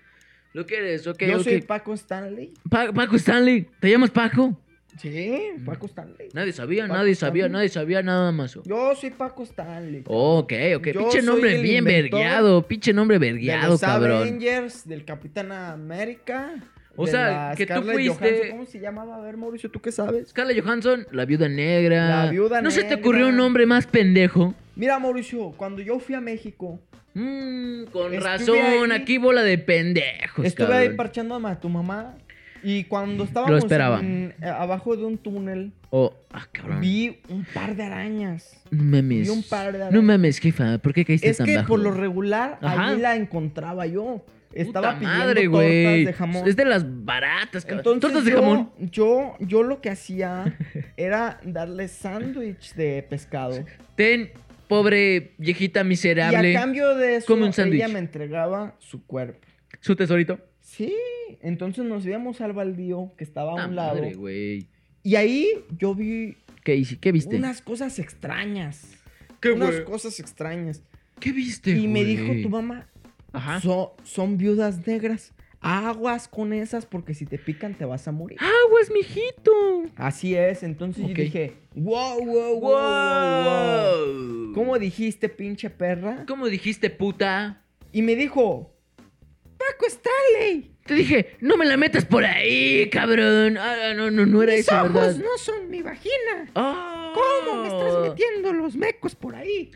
Speaker 2: Lo que eres, ok,
Speaker 1: Yo
Speaker 2: ok.
Speaker 1: soy Paco Stanley.
Speaker 2: Pa- Paco Stanley, ¿te llamas Paco?
Speaker 1: Sí,
Speaker 2: Mm.
Speaker 1: Paco Stanley.
Speaker 2: Nadie sabía,
Speaker 1: Paco
Speaker 2: nadie sabía,
Speaker 1: Stanley.
Speaker 2: nadie sabía nada más.
Speaker 1: Yo soy Paco Stanley.
Speaker 2: Ok, ok.
Speaker 1: Yo
Speaker 2: Pinche
Speaker 1: soy
Speaker 2: nombre
Speaker 1: el
Speaker 2: bien
Speaker 1: inventor
Speaker 2: vergueado, pinche nombre
Speaker 1: de
Speaker 2: vergueado,
Speaker 1: los
Speaker 2: cabrón.
Speaker 1: Avengers, del Capitán América.
Speaker 2: O
Speaker 1: de
Speaker 2: sea,
Speaker 1: la
Speaker 2: que tú
Speaker 1: Scarlett
Speaker 2: fuiste-
Speaker 1: Johansson. ¿Cómo se llamaba? A ver, Mauricio, ¿tú qué sabes?
Speaker 2: Scarlett Johansson, la viuda negra.
Speaker 1: La Viuda
Speaker 2: ¿No se te
Speaker 1: Negra.
Speaker 2: ocurrió un nombre más pendejo?
Speaker 1: Mira, Mauricio, cuando yo fui a México,
Speaker 2: Mm, con
Speaker 1: Estuve
Speaker 2: razón,
Speaker 1: ahí.
Speaker 2: aquí bola de pendejos.
Speaker 1: Estuve ahí
Speaker 2: Pues cabrón.
Speaker 1: parchando a ma- tu mamá y cuando estábamos
Speaker 2: esperaba.
Speaker 1: en- eh, abajo de un túnel
Speaker 2: Oh, ah, cabrón.
Speaker 1: vi un par de arañas.
Speaker 2: No mames.
Speaker 1: vi un par de
Speaker 2: no
Speaker 1: arañas.
Speaker 2: mames, jefa, ¿por qué caíste
Speaker 1: Es
Speaker 2: tan
Speaker 1: que
Speaker 2: bajo?
Speaker 1: por lo regular
Speaker 2: Ajá.
Speaker 1: ahí la encontraba yo. Estaba
Speaker 2: Puta
Speaker 1: pidiendo
Speaker 2: madre,
Speaker 1: tortas
Speaker 2: güey.
Speaker 1: de jamón.
Speaker 2: Es de las baratas, cabrón.
Speaker 1: Entonces
Speaker 2: tortas de
Speaker 1: yo,
Speaker 2: jamón.
Speaker 1: Yo, yo lo que hacía era darle sándwich de pescado.
Speaker 2: Ten, pobre viejita miserable.
Speaker 1: Y a cambio de eso,
Speaker 2: Come un sándwich.
Speaker 1: ella me entregaba su cuerpo.
Speaker 2: Su tesorito.
Speaker 1: Sí, entonces nos íbamos al baldío que estaba a un
Speaker 2: Ah,
Speaker 1: lado.
Speaker 2: madre, güey.
Speaker 1: y ahí yo vi
Speaker 2: ¿Qué, hice? ¿Qué viste?
Speaker 1: unas cosas extrañas.
Speaker 2: ¿Qué,
Speaker 1: unas
Speaker 2: güey?
Speaker 1: cosas extrañas.
Speaker 2: ¿Qué viste,
Speaker 1: Y me
Speaker 2: güey?
Speaker 1: dijo tu mamá,
Speaker 2: Ajá.
Speaker 1: "So- son viudas negras. Aguas con esas porque si te pican te vas a morir.
Speaker 2: ¡Aguas, mijito!
Speaker 1: Así es, entonces
Speaker 2: Ok.
Speaker 1: yo dije, wow, wow, wow, wow, wow.
Speaker 2: ¡Wow!
Speaker 1: ¿Cómo dijiste, pinche perra?
Speaker 2: ¿Cómo dijiste, puta?
Speaker 1: Y me dijo, Paco Stanley,
Speaker 2: Te dije, no me la metas por ahí, cabrón. Ah, no, no, no era
Speaker 1: mis
Speaker 2: eso,
Speaker 1: ojos
Speaker 2: ¿verdad?
Speaker 1: no son mi vagina.
Speaker 2: Ah.
Speaker 1: ¿Cómo me estás metiendo los mecos por ahí?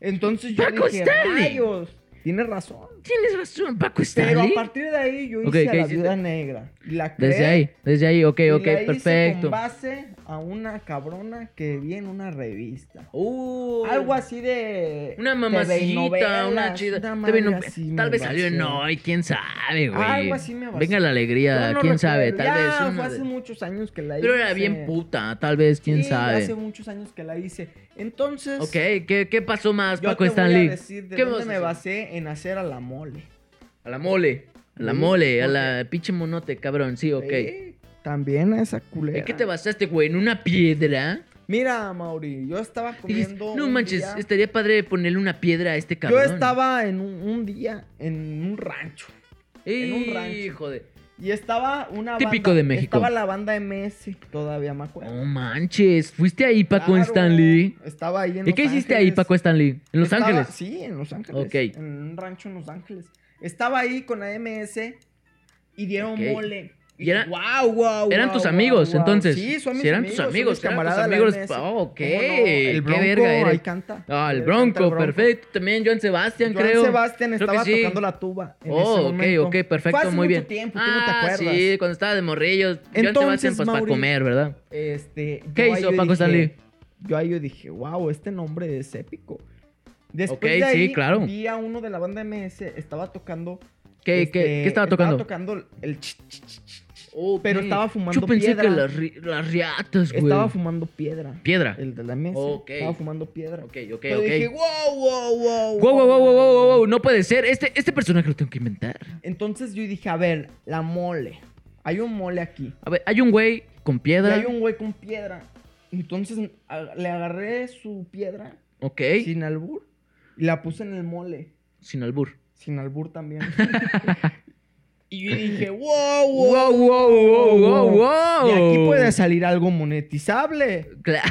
Speaker 1: Entonces yo
Speaker 2: Paco
Speaker 1: dije,
Speaker 2: Stanley.
Speaker 1: rayos, tienes razón.
Speaker 2: Tienes razón, Paco
Speaker 1: Pero a
Speaker 2: Stanley.
Speaker 1: partir de ahí yo hice
Speaker 2: Ok,
Speaker 1: a
Speaker 2: ¿qué
Speaker 1: la
Speaker 2: hiciste?
Speaker 1: viuda negra. Y la creé.
Speaker 2: Desde ahí, desde ahí, ok,
Speaker 1: ¿eh? y
Speaker 2: ok,
Speaker 1: la hice
Speaker 2: perfecto.
Speaker 1: con base a una cabrona que vi en una revista.
Speaker 2: Uh,
Speaker 1: Algo así de.
Speaker 2: Una mamacita,
Speaker 1: telenovelas,
Speaker 2: una chida.
Speaker 1: madre
Speaker 2: TV no-
Speaker 1: así me
Speaker 2: tal vez salió en
Speaker 1: vació.
Speaker 2: hoy, quién sabe, güey.
Speaker 1: Algo así me vació.
Speaker 2: Venga la alegría,
Speaker 1: Yo no
Speaker 2: quién
Speaker 1: recuerdo,
Speaker 2: sabe, tal
Speaker 1: ya
Speaker 2: vez. una
Speaker 1: fue
Speaker 2: de-
Speaker 1: hace muchos años que la hice.
Speaker 2: Pero era bien puta, tal vez, quién
Speaker 1: Sí,
Speaker 2: sabe.
Speaker 1: Hace muchos años que la hice. Entonces.
Speaker 2: Ok, ¿qué, qué pasó más,
Speaker 1: Yo
Speaker 2: Paco
Speaker 1: te
Speaker 2: Stanley?
Speaker 1: voy a decir de
Speaker 2: ¿Qué
Speaker 1: dónde
Speaker 2: vas a
Speaker 1: me
Speaker 2: hacer?
Speaker 1: basé en hacer a la mole.
Speaker 2: A la mole. A la
Speaker 1: Sí,
Speaker 2: mole, a
Speaker 1: ok.
Speaker 2: la pinche monote, cabrón. Sí, ok.
Speaker 1: Sí, también a esa culera.
Speaker 2: ¿En qué te basaste, güey? ¿En una piedra?
Speaker 1: Mira, Mauri, yo estaba
Speaker 2: Dijiste,
Speaker 1: comiendo.
Speaker 2: no
Speaker 1: un
Speaker 2: manches,
Speaker 1: día-
Speaker 2: estaría padre ponerle una piedra a este
Speaker 1: Yo
Speaker 2: cabrón.
Speaker 1: estaba en un, un día en un rancho. en un rancho.
Speaker 2: Hijo de...
Speaker 1: Y estaba una
Speaker 2: Típico
Speaker 1: banda-
Speaker 2: de México.
Speaker 1: Estaba la banda MS, todavía me acuerdo.
Speaker 2: No manches, fuiste ahí, Paco
Speaker 1: Claro,
Speaker 2: Stanley.
Speaker 1: Estaba ahí en
Speaker 2: ¿Y qué
Speaker 1: Los
Speaker 2: hiciste ahí,
Speaker 1: Ángeles.
Speaker 2: Paco Stanley? ¿En Los
Speaker 1: Estaba-
Speaker 2: Ángeles?
Speaker 1: Sí, en Los Ángeles.
Speaker 2: Ok.
Speaker 1: En un rancho en Los Ángeles. Estaba ahí con la MS y dieron
Speaker 2: Ok.
Speaker 1: mole.
Speaker 2: Y era-
Speaker 1: wow, wow,
Speaker 2: Eran tus amigos, entonces.
Speaker 1: Sí, son mis
Speaker 2: Sí, eran
Speaker 1: amigos.
Speaker 2: tus amigos, eran tus
Speaker 1: camaradas
Speaker 2: amigos.
Speaker 1: MS.
Speaker 2: Ah, ok.
Speaker 1: ¿Cómo no?
Speaker 2: Qué
Speaker 1: El Bronco,
Speaker 2: verga eres.
Speaker 1: ahí canta.
Speaker 2: Ah, el
Speaker 1: Él
Speaker 2: Bronco,
Speaker 1: canta el
Speaker 2: perfecto. También Joan Sebastián,
Speaker 1: Joan
Speaker 2: creo.
Speaker 1: Sebastián
Speaker 2: Creo que
Speaker 1: estaba
Speaker 2: sí.
Speaker 1: tocando la tuba. en ese
Speaker 2: Oh, ok,
Speaker 1: momento.
Speaker 2: ok, perfecto,
Speaker 1: Fue hace
Speaker 2: muy
Speaker 1: mucho
Speaker 2: bien.
Speaker 1: tiempo, tú no te
Speaker 2: ah,
Speaker 1: acuerdas.
Speaker 2: sí, cuando estaba de morrillos. Joan
Speaker 1: Entonces,
Speaker 2: Sebastián, pues, para
Speaker 1: Mauri,
Speaker 2: comer, ¿verdad?
Speaker 1: Este,
Speaker 2: ¿Qué
Speaker 1: yo ahí
Speaker 2: hizo
Speaker 1: yo
Speaker 2: Paco
Speaker 1: dije-
Speaker 2: Stanley?
Speaker 1: Yo ahí yo dije, wow, este nombre es épico. Después
Speaker 2: Ok,
Speaker 1: de
Speaker 2: sí,
Speaker 1: ahí,
Speaker 2: claro.
Speaker 1: vi a uno de la banda MS, estaba tocando...
Speaker 2: ¿Qué,
Speaker 1: este,
Speaker 2: qué, qué estaba tocando?
Speaker 1: tocando el... ch- ch- ch-
Speaker 2: Oh,
Speaker 1: pero
Speaker 2: ok.
Speaker 1: estaba fumando
Speaker 2: Yo pensé
Speaker 1: piedra.
Speaker 2: que las, ri- las riatas, güey.
Speaker 1: Estaba fumando piedra.
Speaker 2: Piedra.
Speaker 1: El de la MS.
Speaker 2: Ok.
Speaker 1: Estaba fumando piedra.
Speaker 2: Ok, ok,
Speaker 1: Pero
Speaker 2: ok.
Speaker 1: dije, wow, wow, wow.
Speaker 2: Wow, wow, wow, wow, wow, wow, wow, no puede ser. Este, este personaje lo tengo que inventar.
Speaker 1: Entonces yo dije, a ver, la mole. Hay un mole aquí.
Speaker 2: A ver, hay un güey con
Speaker 1: Y
Speaker 2: piedra.
Speaker 1: hay un güey con piedra. Entonces a- le agarré su piedra
Speaker 2: Ok, sin,
Speaker 1: sin albur y la puse en el mole.
Speaker 2: albur.
Speaker 1: Sin albur también. y yo dije, wow, wow,
Speaker 2: Wow, wow, wow, wow, wow.
Speaker 1: Y aquí puede salir algo monetizable.
Speaker 2: Cla-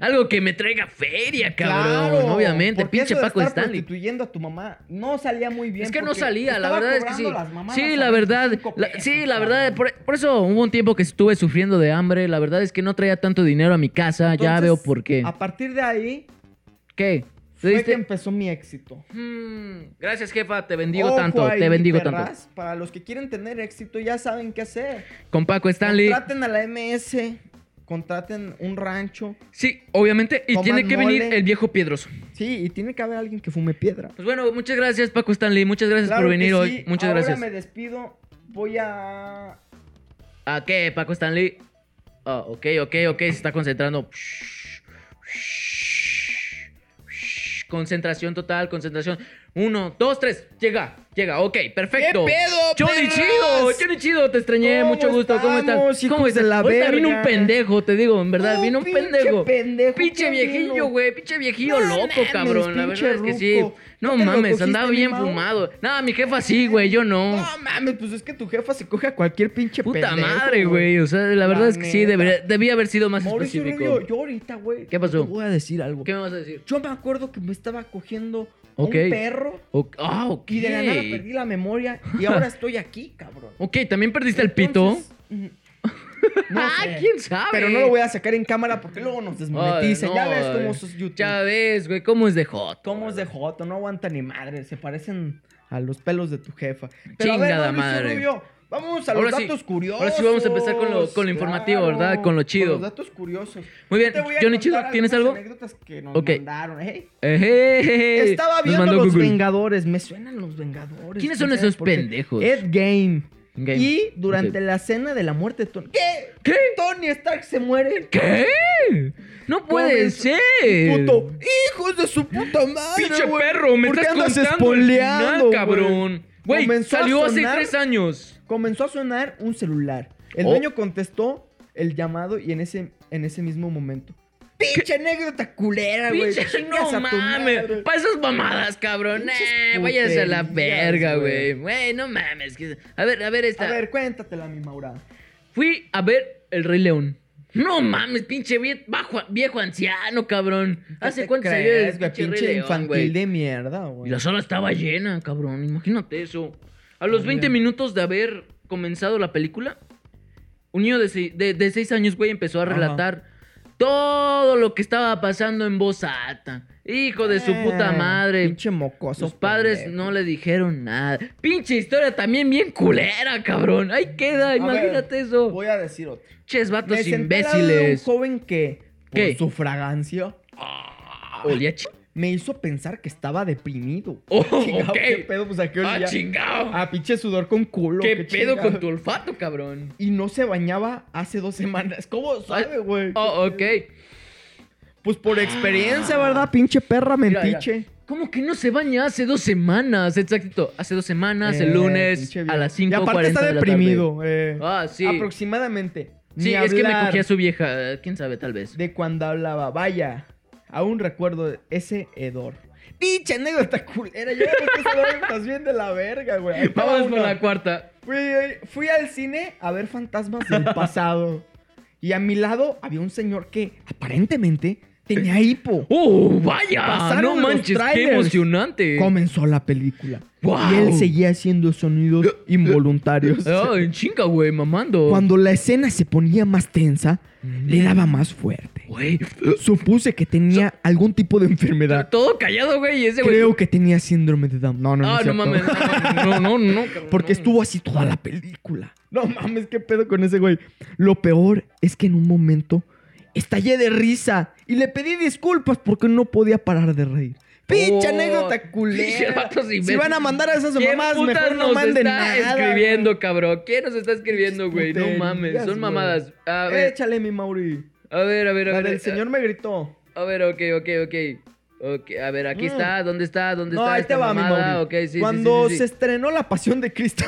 Speaker 2: Algo que me traiga feria, cabrón. obviamente,
Speaker 1: porque
Speaker 2: pinche
Speaker 1: eso de
Speaker 2: Paco
Speaker 1: estar
Speaker 2: Stanley.
Speaker 1: prostituyendo a tu mamá no salía muy bien.
Speaker 2: Es que no
Speaker 1: porque
Speaker 2: salía, la
Speaker 1: estaba
Speaker 2: verdad es que sí.
Speaker 1: cobrando las mamadas
Speaker 2: Sí,
Speaker 1: a
Speaker 2: la verdad.
Speaker 1: 25
Speaker 2: la-
Speaker 1: pesos,
Speaker 2: sí, la
Speaker 1: cabrón.
Speaker 2: verdad. Por, por eso hubo un tiempo que estuve sufriendo de hambre. La verdad es que no traía tanto dinero a mi casa. ya
Speaker 1: Entonces,
Speaker 2: veo por qué.
Speaker 1: A partir de ahí
Speaker 2: ¿Qué? ¿Te
Speaker 1: fue
Speaker 2: diste?
Speaker 1: que em- empezó mi éxito.
Speaker 2: Mm, gracias, jefa. Te bendigo
Speaker 1: Ojo
Speaker 2: tanto.
Speaker 1: ahí,
Speaker 2: Te bendigo tanto.
Speaker 1: perras, Para los que quieren tener éxito ya saben qué hacer.
Speaker 2: Con Paco Stanley.
Speaker 1: Contraten a la MS, contraten un rancho.
Speaker 2: Sí, obviamente. Y
Speaker 1: Coman
Speaker 2: tiene que venir
Speaker 1: mole.
Speaker 2: el viejo piedroso.
Speaker 1: Sí, y tiene que haber alguien que fume piedra.
Speaker 2: Pues bueno, muchas gracias, Paco Stanley. Muchas gracias
Speaker 1: Claro
Speaker 2: por
Speaker 1: que
Speaker 2: venir
Speaker 1: sí,
Speaker 2: hoy. Muchas
Speaker 1: ahora
Speaker 2: gracias.
Speaker 1: me despido. Voy a
Speaker 2: ¿A qué, Paco Stanley? Ah, ok, ok, ok, se está concentrando. Concentración total, concentración. Uno, dos, tres, llega, llega, ok, perfecto.
Speaker 1: ¿Qué pedo,
Speaker 2: Johnny
Speaker 1: perras?
Speaker 2: Chido, Johnny Chido, te extrañé,
Speaker 1: ¿Cómo
Speaker 2: mucho gusto, ¿cómo
Speaker 1: estamos,
Speaker 2: estás?
Speaker 1: hijos
Speaker 2: ¿Cómo
Speaker 1: de la
Speaker 2: Ahorita vino un
Speaker 1: verga?
Speaker 2: pendejo, te digo, en verdad,
Speaker 1: No,
Speaker 2: vino un
Speaker 1: pinche
Speaker 2: pendejo.
Speaker 1: pendejo,
Speaker 2: Pinche
Speaker 1: qué
Speaker 2: viejillo,
Speaker 1: vino.
Speaker 2: güey, pinche viejillo
Speaker 1: No
Speaker 2: loco,
Speaker 1: mames,
Speaker 2: cabrón, la
Speaker 1: pinche
Speaker 2: verdad es que sí.
Speaker 1: ruco.
Speaker 2: No
Speaker 1: ¿No te lo
Speaker 2: mames,
Speaker 1: cogiste
Speaker 2: andaba bien
Speaker 1: animado?
Speaker 2: fumado. Nada, mi jefa sí, güey, yo no.
Speaker 1: No mames, pues es que tu jefa se coge a cualquier pinche
Speaker 2: Mm. Puta
Speaker 1: pendejo,
Speaker 2: madre, güey. O sea, la verdad
Speaker 1: La
Speaker 2: es que sí,
Speaker 1: neta.
Speaker 2: debería, debía haber sido más
Speaker 1: Mauricio
Speaker 2: específico.
Speaker 1: Rubio, yo ahorita, güey.
Speaker 2: ¿Qué pasó?
Speaker 1: Te voy a decir algo.
Speaker 2: ¿Qué me vas a decir?
Speaker 1: Yo me acuerdo que me estaba cogiendo a
Speaker 2: Ok.
Speaker 1: un perro
Speaker 2: O- Ah, ok.
Speaker 1: y de la nada perdí la memoria y ahora estoy aquí, cabrón.
Speaker 2: Ok, ¿también perdiste el pito? ah,
Speaker 1: sé.
Speaker 2: quién sabe.
Speaker 1: Pero no lo voy a sacar en cámara porque luego nos desmonetizan.
Speaker 2: Ay,
Speaker 1: ya
Speaker 2: no,
Speaker 1: ves cómo
Speaker 2: ay.
Speaker 1: sos YouTube.
Speaker 2: Ya ves, güey, cómo es de hot.
Speaker 1: ¿Cómo es de joto? No aguanta ni madre. Se parecen a los pelos de tu jefa. Pero a
Speaker 2: Chingada
Speaker 1: ver, Mauricio
Speaker 2: madre.
Speaker 1: Rubio, vamos a los datos curiosos.
Speaker 2: Ahora sí vamos a empezar con lo, con lo informativo,
Speaker 1: claro,
Speaker 2: ¿verdad? Con lo chido.
Speaker 1: los datos curiosos.
Speaker 2: Muy bien,
Speaker 1: Yo te voy a
Speaker 2: Johnny
Speaker 1: contar
Speaker 2: Chido, ¿tienes
Speaker 1: algunas
Speaker 2: algo?
Speaker 1: anécdotas que nos
Speaker 2: Ok.
Speaker 1: mandaron. Hey,
Speaker 2: Eh, Ejé,
Speaker 1: estaba
Speaker 2: nos
Speaker 1: viendo
Speaker 2: mandó
Speaker 1: los
Speaker 2: Google.
Speaker 1: Vengadores. Me suenan los Vengadores.
Speaker 2: ¿Quiénes
Speaker 1: no
Speaker 2: son
Speaker 1: sé
Speaker 2: esos
Speaker 1: por qué.
Speaker 2: pendejos?
Speaker 1: Ed Game.
Speaker 2: Game.
Speaker 1: Y durante
Speaker 2: Ok.
Speaker 1: la cena de la muerte de Tony. ¿Qué?
Speaker 2: ¿Qué?
Speaker 1: Tony Stark se muere.
Speaker 2: ¿Qué? No puede
Speaker 1: Pobres-
Speaker 2: ser.
Speaker 1: Puto. Hijos de su puta madre.
Speaker 2: Pinche
Speaker 1: güey!
Speaker 2: perro, me
Speaker 1: ¿Por qué
Speaker 2: estás
Speaker 1: andas
Speaker 2: contando el
Speaker 1: espoleando,
Speaker 2: final,
Speaker 1: güey?
Speaker 2: cabrón. Güey,
Speaker 1: Comenzó a
Speaker 2: salió hace
Speaker 1: sonar-
Speaker 2: tres años.
Speaker 1: Comenzó a sonar un celular. El
Speaker 2: Oh.
Speaker 1: dueño contestó el llamado y en ese, en ese mismo momento. Pinche anécdota culera, Ah, güey.
Speaker 2: Pinche,
Speaker 1: Chingas
Speaker 2: no
Speaker 1: a tu
Speaker 2: mames.
Speaker 1: madre.
Speaker 2: Para esas mamadas, cabrón.
Speaker 1: Pinches
Speaker 2: Eh, váyase a la
Speaker 1: puterías,
Speaker 2: verga, güey.
Speaker 1: güey.
Speaker 2: Güey, no mames. que- A ver, a ver esta.
Speaker 1: A ver, cuéntatela, mi Maura.
Speaker 2: Fui a ver El Rey León. No mames, pinche vie- bajo- viejo anciano, cabrón.
Speaker 1: ¿Qué
Speaker 2: ¿Hace
Speaker 1: te
Speaker 2: cuánto salió
Speaker 1: crees,
Speaker 2: el
Speaker 1: güey?
Speaker 2: pinche Rey
Speaker 1: Pinche
Speaker 2: León,
Speaker 1: infantil
Speaker 2: güey?
Speaker 1: de mierda,
Speaker 2: Y
Speaker 1: güey.
Speaker 2: la sala estaba llena, cabrón. Imagínate eso. A los 20 minutos de haber comenzado la película, un niño de 6 años, güey, empezó a
Speaker 1: Ajá.
Speaker 2: relatar todo lo que estaba pasando en voz alta. Hijo de su puta
Speaker 1: Eh,
Speaker 2: madre.
Speaker 1: Pinche mocoso.
Speaker 2: Sus padres
Speaker 1: pendejo.
Speaker 2: no le dijeron nada. Pinche historia también bien culera, cabrón. Ahí queda,
Speaker 1: A
Speaker 2: imagínate
Speaker 1: ver,
Speaker 2: eso.
Speaker 1: Voy a decir otra.
Speaker 2: Ches
Speaker 1: Me
Speaker 2: vatos
Speaker 1: senté al lado de un
Speaker 2: imbéciles.
Speaker 1: joven que, por
Speaker 2: ¿Qué?
Speaker 1: su fragancia,
Speaker 2: Olía ch-
Speaker 1: me hizo pensar que estaba deprimido.
Speaker 2: Oh,
Speaker 1: Chingado,
Speaker 2: ok.
Speaker 1: ¿Qué pedo? Pues a qué
Speaker 2: Ah,
Speaker 1: olía?
Speaker 2: chingado.
Speaker 1: a pinche sudor con culo.
Speaker 2: ¿Qué pedo
Speaker 1: chingado.
Speaker 2: con tu olfato, cabrón?
Speaker 1: Y no se bañaba hace dos semanas. ¿Cómo sabe, güey?
Speaker 2: Oh, ok.
Speaker 1: Pues por experiencia, ¿verdad? Pinche perra
Speaker 2: Mira, mira.
Speaker 1: mentiche.
Speaker 2: ¿Cómo que no se baña hace dos semanas? Exacto, hace dos semanas, el
Speaker 1: Eh,
Speaker 2: lunes
Speaker 1: pinche
Speaker 2: a
Speaker 1: viejo.
Speaker 2: las
Speaker 1: Y
Speaker 2: 5.40
Speaker 1: aparte está
Speaker 2: de la tarde.
Speaker 1: deprimido. eh,
Speaker 2: Ah, sí.
Speaker 1: Aproximadamente.
Speaker 2: Sí,
Speaker 1: Ni
Speaker 2: es que me
Speaker 1: hablar
Speaker 2: cogí a su vieja, eh, quién sabe, tal vez.
Speaker 1: De cuando hablaba. Vaya, aún recuerdo ese hedor. Pinche anécdota culera. Yo creo que estás bien de la verga, güey. Ahí te va
Speaker 2: Vamos por
Speaker 1: una.
Speaker 2: la cuarta.
Speaker 1: Güey, fui al cine a ver fantasmas del pasado. y a mi lado había un señor que aparentemente tenía hipo.
Speaker 2: ¡Oh, vaya!
Speaker 1: Pasaron
Speaker 2: no
Speaker 1: los
Speaker 2: manches, qué
Speaker 1: trailers.
Speaker 2: emocionante.
Speaker 1: Comenzó la película.
Speaker 2: ¡Guau!
Speaker 1: Y él seguía haciendo sonidos involuntarios.
Speaker 2: Ah, en chinga, güey, mamando.
Speaker 1: Cuando la escena se ponía más tensa, le daba más fuerte.
Speaker 2: Güey,
Speaker 1: Supuse que tenía algún tipo de enfermedad.
Speaker 2: todo callado, güey, y ese Este güey.
Speaker 1: Creo que tenía síndrome de Down. No, no, no.
Speaker 2: Ah,
Speaker 1: es
Speaker 2: no
Speaker 1: cierto.
Speaker 2: mames. No, no, no. no, cabrón,
Speaker 1: Porque
Speaker 2: no.
Speaker 1: estuvo así toda la película. No mames, qué pedo con ese güey. Lo peor es que en un momento estallé de risa y le pedí disculpas porque no podía parar de reír. Pinche
Speaker 2: Oh,
Speaker 1: anécdota
Speaker 2: pinche
Speaker 1: culera.
Speaker 2: vatos
Speaker 1: Si
Speaker 2: imbéciles.
Speaker 1: van a mandar a esas
Speaker 2: ¿Quién
Speaker 1: mamás,
Speaker 2: putas
Speaker 1: mejor no
Speaker 2: nos
Speaker 1: manden
Speaker 2: está
Speaker 1: nada.
Speaker 2: escribiendo, cabrón? ¿Quién nos está escribiendo, güey? No
Speaker 1: Puterías,
Speaker 2: mames, son
Speaker 1: güey.
Speaker 2: mamadas. A ver,
Speaker 1: Échale, mi Mauri.
Speaker 2: a ver, a ver, a
Speaker 1: La
Speaker 2: ver. eh,
Speaker 1: del señor me gritó.
Speaker 2: A ver, ok, ok, ok. Ok, a ver, aquí
Speaker 1: Mm.
Speaker 2: está, ¿dónde está? ¿Dónde
Speaker 1: No,
Speaker 2: está?
Speaker 1: ahí
Speaker 2: esta
Speaker 1: te va, mi
Speaker 2: mamada?
Speaker 1: Mauri.
Speaker 2: Ok, sí, sí,
Speaker 1: Cuando
Speaker 2: sí, sí,
Speaker 1: se
Speaker 2: sí.
Speaker 1: estrenó La Pasión de Cristo,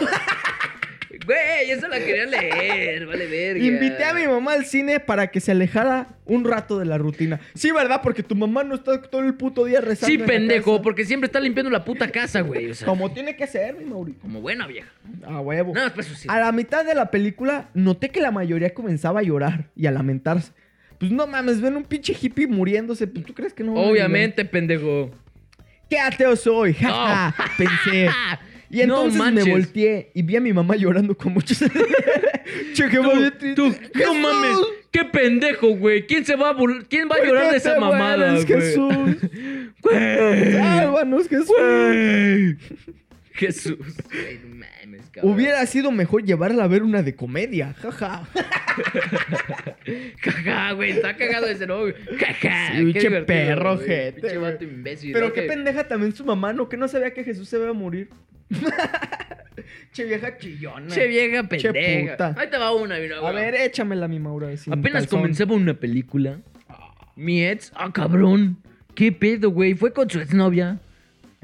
Speaker 2: Güey, esa la quería leer, vale verga.
Speaker 1: invité a mi mamá al cine para que se alejara un rato de la rutina. Sí, ¿verdad? Porque tu mamá no está todo el puto día rezando.
Speaker 2: Sí,
Speaker 1: en la
Speaker 2: pendejo,
Speaker 1: casa.
Speaker 2: porque siempre está limpiando la puta casa, güey. O sea,
Speaker 1: Como tiene que ser, mi Mauri.
Speaker 2: como buena vieja.
Speaker 1: A huevo.
Speaker 2: Nada más para eso sí.
Speaker 1: A la mitad de la película noté que la mayoría comenzaba a llorar y a lamentarse. Pues no mames, ven un pinche hippie muriéndose. Pues tú crees que no. van a
Speaker 2: Obviamente, pendejo.
Speaker 1: llorar? ¡Qué ateo soy! ¡Ja, ja! Pensé.
Speaker 2: Ah,
Speaker 1: Y
Speaker 2: no
Speaker 1: entonces me
Speaker 2: manches.
Speaker 1: volteé y vi a mi mamá llorando con muchos. che, qué mal-
Speaker 2: Tú, tú, no
Speaker 1: ¡Jesús!
Speaker 2: mames, qué pendejo, güey. ¿Quién se va a burl- quién va a
Speaker 1: ¿Por
Speaker 2: llorar
Speaker 1: qué
Speaker 2: de esa
Speaker 1: te
Speaker 2: mamada,
Speaker 1: mueres,
Speaker 2: güey?
Speaker 1: Jesús.
Speaker 2: Güey.
Speaker 1: Sálvanos, Jesús.
Speaker 2: Güey. Jesús. Güey, no mames, cabrón.
Speaker 1: Hubiera sido mejor llevarla a ver una de comedia. Jaja.
Speaker 2: Jaja, güey, está cagado ese, ¿no? Jaja.
Speaker 1: Sí,
Speaker 2: qué
Speaker 1: pinche
Speaker 2: divertido,
Speaker 1: perro,
Speaker 2: güey.
Speaker 1: gente,
Speaker 2: Pinche
Speaker 1: güey.
Speaker 2: vato imbécil.
Speaker 1: Pero
Speaker 2: ¿no?
Speaker 1: qué
Speaker 2: Que-
Speaker 1: pendeja también su mamá, ¿no? Que no sabía que Jesús se iba a morir. Che vieja chillona.
Speaker 2: Che vieja
Speaker 1: Che
Speaker 2: pendeja.
Speaker 1: puta.
Speaker 2: Ahí te va una, mira,
Speaker 1: A
Speaker 2: güey.
Speaker 1: ver, échamela mi Mauro. sin
Speaker 2: Apenas
Speaker 1: calzón.
Speaker 2: comenzaba una película. Mi ex, ah, cabrón. ¿Qué pedo, güey? Fue con su exnovia.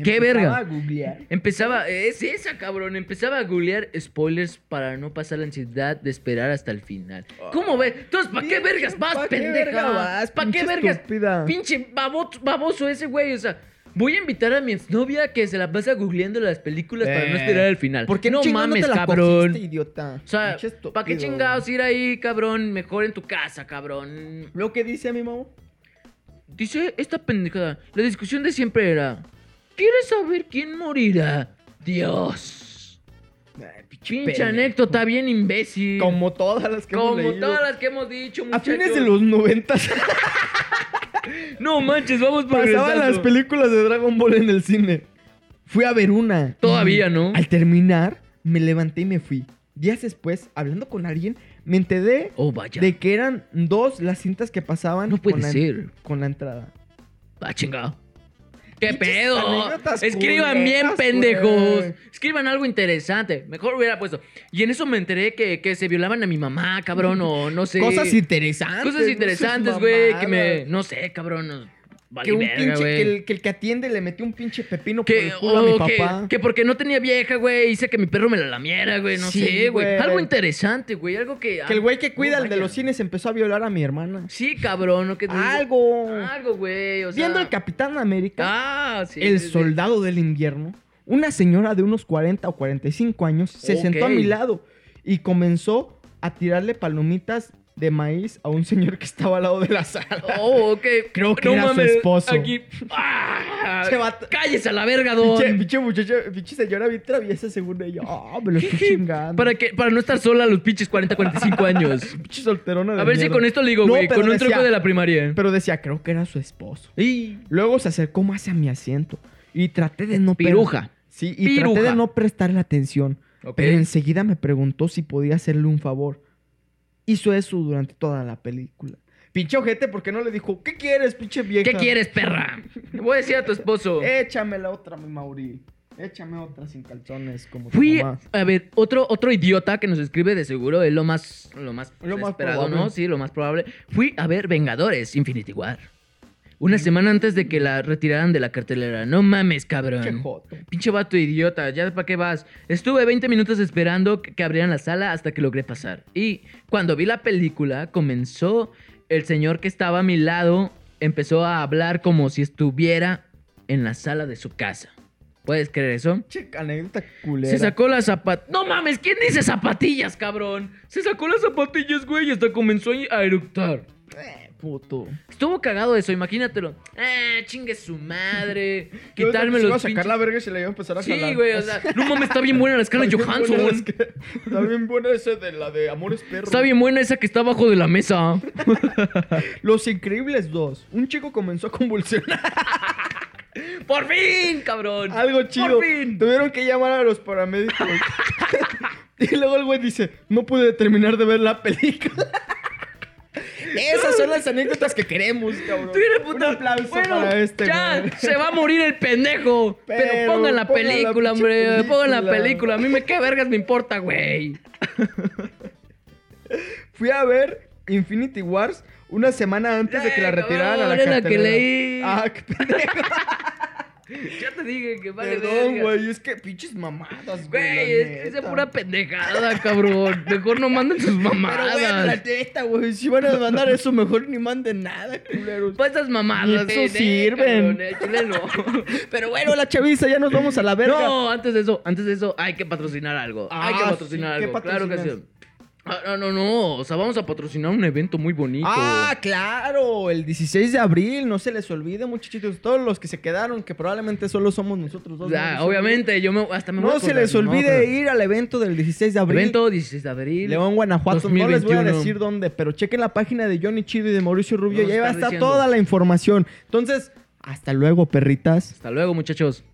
Speaker 2: ¿Qué
Speaker 1: Empezaba
Speaker 2: verga?
Speaker 1: a googlear.
Speaker 2: Empezaba, es esa cabrón, empezaba a googlear spoilers para no pasar la ansiedad de esperar hasta el final. ¿Cómo ves? Entonces, ¿para qué
Speaker 1: Bien,
Speaker 2: vergas vas,
Speaker 1: Ah. ¿pa' qué
Speaker 2: pendeja?
Speaker 1: verga vas,
Speaker 2: ¿Para qué
Speaker 1: pinche
Speaker 2: vergas?
Speaker 1: estúpida?
Speaker 2: Pinche babot- baboso ese güey, o sea, voy a invitar a mi exnovia que se la pasa googleando las películas para no
Speaker 1: Eh,
Speaker 2: esperar al final.
Speaker 1: ¿Por qué
Speaker 2: no
Speaker 1: chingados
Speaker 2: mames,
Speaker 1: te la
Speaker 2: cabrón?
Speaker 1: cogiste, idiota?
Speaker 2: O sea,
Speaker 1: Pinche estúpido.
Speaker 2: ¿para qué chingados ir ahí, cabrón? Mejor en tu casa, cabrón.
Speaker 1: ¿Lo que dice mi Mauro?
Speaker 2: Dice esta pendejada. La discusión de siempre era: ¿Quieres saber quién morirá? Dios.
Speaker 1: Ay, pinche
Speaker 2: Pinche
Speaker 1: pendejo.
Speaker 2: anécdota bien imbécil.
Speaker 1: Como todas las que
Speaker 2: Como
Speaker 1: hemos leído.
Speaker 2: todas las que hemos dicho,
Speaker 1: A
Speaker 2: muchachos.
Speaker 1: fines de los noventas
Speaker 2: No manches, vamos
Speaker 1: pasaban
Speaker 2: progresando.
Speaker 1: las películas de Dragon Ball en el cine. Fui a ver una.
Speaker 2: Todavía, ¿no?
Speaker 1: Al terminar, me levanté y me fui. Días después, hablando con alguien, me enteré
Speaker 2: Oh, vaya.
Speaker 1: de que eran dos las cintas que pasaban
Speaker 2: No puede
Speaker 1: con, la,
Speaker 2: ser.
Speaker 1: con la entrada.
Speaker 2: Ah, chingado. ¿Qué
Speaker 1: Pinches
Speaker 2: pedo?
Speaker 1: anécdotas
Speaker 2: Escriban bien,
Speaker 1: culeras,
Speaker 2: pendejos.
Speaker 1: güey.
Speaker 2: Escriban algo interesante. Mejor hubiera puesto. Y en eso me enteré que, que se violaban a mi mamá, cabrón, o no sé.
Speaker 1: Cosas interesantes. no
Speaker 2: Cosas
Speaker 1: sus
Speaker 2: interesantes, güey, que me...
Speaker 1: mamadas.
Speaker 2: No sé, cabrón. no- vale
Speaker 1: Que, un
Speaker 2: verga,
Speaker 1: pinche,
Speaker 2: güey.
Speaker 1: que, el, que el que atiende le metió un pinche pepino por
Speaker 2: Que,
Speaker 1: el culo a mi
Speaker 2: oh, que-
Speaker 1: papá.
Speaker 2: que porque no tenía vieja, güey, hice que mi perro me la lamiera, güey, no
Speaker 1: Sí,
Speaker 2: sé, güey.
Speaker 1: güey.
Speaker 2: Algo interesante, güey, algo que...
Speaker 1: Que el güey que cuida
Speaker 2: No,
Speaker 1: el de
Speaker 2: Oh, vaya.
Speaker 1: los cines empezó a violar a mi hermana.
Speaker 2: Sí, cabrón, ¿no? Que te digo?
Speaker 1: Algo.
Speaker 2: Algo, güey, o sea...
Speaker 1: Viendo el Capitán América,
Speaker 2: Ah, sí.
Speaker 1: el
Speaker 2: sí, sí.
Speaker 1: soldado del invierno, una señora de unos 40 o 45 años se
Speaker 2: Ok.
Speaker 1: sentó a mi lado y comenzó a tirarle palomitas de maíz a un señor que estaba al lado de la sala.
Speaker 2: Oh, ok.
Speaker 1: Creo que era su esposo.
Speaker 2: Aquí... Ah,
Speaker 1: Se va-
Speaker 2: ¡Cállese a la verga,
Speaker 1: Pinche,
Speaker 2: don!
Speaker 1: pinche muchacha, pinche señora bien traviesa según ella. Ah, me lo estoy chingando.
Speaker 2: Para, que, para no estar sola a los pinches 40, 45 años.
Speaker 1: Pinche solterona de
Speaker 2: A ver si
Speaker 1: mierda.
Speaker 2: con esto le digo,
Speaker 1: No,
Speaker 2: güey,
Speaker 1: pero
Speaker 2: con un
Speaker 1: decía-
Speaker 2: truco de la primaria.
Speaker 1: Pero decía, creo que era su esposo.
Speaker 2: Y...
Speaker 1: Luego se acercó más a mi asiento y traté de no... pre-
Speaker 2: Piruja.
Speaker 1: Sí, y
Speaker 2: Piruja.
Speaker 1: traté de no prestarle atención.
Speaker 2: Ok.
Speaker 1: Pero enseguida me preguntó si podía hacerle un favor. Hizo eso durante toda la película. Pinche ojete, ¿por qué no le dijo, ¿qué quieres, pinche vieja?
Speaker 2: ¿Qué quieres, perra? Le Voy a decir a tu esposo.
Speaker 1: Échame la otra, mi Mauri. Échame otra sin calzones, como tu
Speaker 2: Fui,
Speaker 1: mamá.
Speaker 2: a ver, otro, otro idiota que nos escribe de seguro es lo más, lo más,
Speaker 1: Lo más
Speaker 2: esperado, ¿no?
Speaker 1: probable.
Speaker 2: Sí, lo más probable. Fui a ver Vengadores, Infinity War.
Speaker 1: Mm.
Speaker 2: Una semana antes de que la retiraran de la cartelera. No mames, cabrón.
Speaker 1: Pinche joto.
Speaker 2: Pinche vato idiota, ¿ya para qué vas? Estuve 20 minutos esperando que que abrieran la sala hasta que logré pasar. Y cuando vi la película, comenzó el señor que estaba a mi lado, empezó a hablar como si estuviera en la sala de su casa. ¿Puedes creer eso?
Speaker 1: Che, anécdota culera.
Speaker 2: Se sacó las zapatillas. No mames, ¿quién dice zapatillas, cabrón? Se sacó las zapatillas, güey, y hasta comenzó a eructar.
Speaker 1: Eh, puto.
Speaker 2: Estuvo cagado eso, imagínatelo. Ah, chingue su madre.
Speaker 1: Yo pensaba que
Speaker 2: Quitarme
Speaker 1: se iba a
Speaker 2: los
Speaker 1: sacar
Speaker 2: pinches-
Speaker 1: la verga y se la iba a empezar a jalar.
Speaker 2: Sí, güey, o sea, no mames, está bien buena la escala
Speaker 1: Está bien buena
Speaker 2: Johansson.
Speaker 1: las que- Está bien buena esa de la de Amores Perros.
Speaker 2: Está bien buena esa que está abajo de la mesa.
Speaker 1: Los Increíbles 2. Un chico comenzó a convulsionar.
Speaker 2: ¡Por fin, cabrón!
Speaker 1: Algo chido.
Speaker 2: ¡Por fin!
Speaker 1: Tuvieron que llamar a los paramédicos. y luego el güey dice, no pude terminar de ver la película. Esas son las anécdotas que queremos, cabrón.
Speaker 2: Tuviera puta-
Speaker 1: Un aplauso
Speaker 2: Bueno,
Speaker 1: para este,
Speaker 2: ya
Speaker 1: güey.
Speaker 2: se va a morir el pendejo. Pero,
Speaker 1: Pero
Speaker 2: pongan la
Speaker 1: pongan la
Speaker 2: película,
Speaker 1: pinche
Speaker 2: hombre. Pongan la
Speaker 1: película.
Speaker 2: película. A mí me qué vergas me importa, güey.
Speaker 1: Fui a ver Infinity Wars una semana antes de que la
Speaker 2: Ay,
Speaker 1: retiraran a la
Speaker 2: cabrón, era la que
Speaker 1: cartelera.
Speaker 2: leí.
Speaker 1: Ah, qué pendejo.
Speaker 2: Ya te dije que vale
Speaker 1: Perdón,
Speaker 2: verga.
Speaker 1: güey. Es que pinches mamadas, güey. la
Speaker 2: Güey, es, es de
Speaker 1: neta.
Speaker 2: pura pendejada, cabrón. Mejor no manden sus
Speaker 1: Pero, güey, la
Speaker 2: mamadas.
Speaker 1: neta, güey. Si van a mandar eso, mejor ni manden nada, culeros.
Speaker 2: Pues esas mamadas.
Speaker 1: Ni eso
Speaker 2: eh, eh,
Speaker 1: sirven.
Speaker 2: cabrón, eh, chile no.
Speaker 1: Pero bueno, la chaviza, ya nos vamos a la verga.
Speaker 2: No, antes de eso, antes de eso, hay que patrocinar algo. hay que
Speaker 1: Ah,
Speaker 2: patrocinar
Speaker 1: sí, ¿qué
Speaker 2: algo. Claro que
Speaker 1: patrocinas?
Speaker 2: sí. Ah, no, no, no. O sea, vamos a patrocinar un evento muy bonito.
Speaker 1: Ah, claro, el 16 de abril, no se les olvide, muchachitos, todos los que se quedaron, que probablemente solo somos nosotros
Speaker 2: O
Speaker 1: dos.
Speaker 2: sea,
Speaker 1: no se
Speaker 2: obviamente, yo me, hasta me
Speaker 1: olviden.
Speaker 2: voy a
Speaker 1: No se
Speaker 2: acordar,
Speaker 1: les
Speaker 2: me voy a
Speaker 1: olvide
Speaker 2: acordar.
Speaker 1: ir al evento del 16 de abril.
Speaker 2: Evento 16 de abril.
Speaker 1: León, Guanajuato. No les voy a
Speaker 2: 2021.
Speaker 1: decir dónde, pero chequen la página de Johnny Chido y de Mauricio Rubio
Speaker 2: Vamos
Speaker 1: y ahí
Speaker 2: a
Speaker 1: va a
Speaker 2: estar
Speaker 1: estar
Speaker 2: diciendo.
Speaker 1: toda la información. Entonces, hasta luego, perritas.
Speaker 2: Hasta luego, muchachos.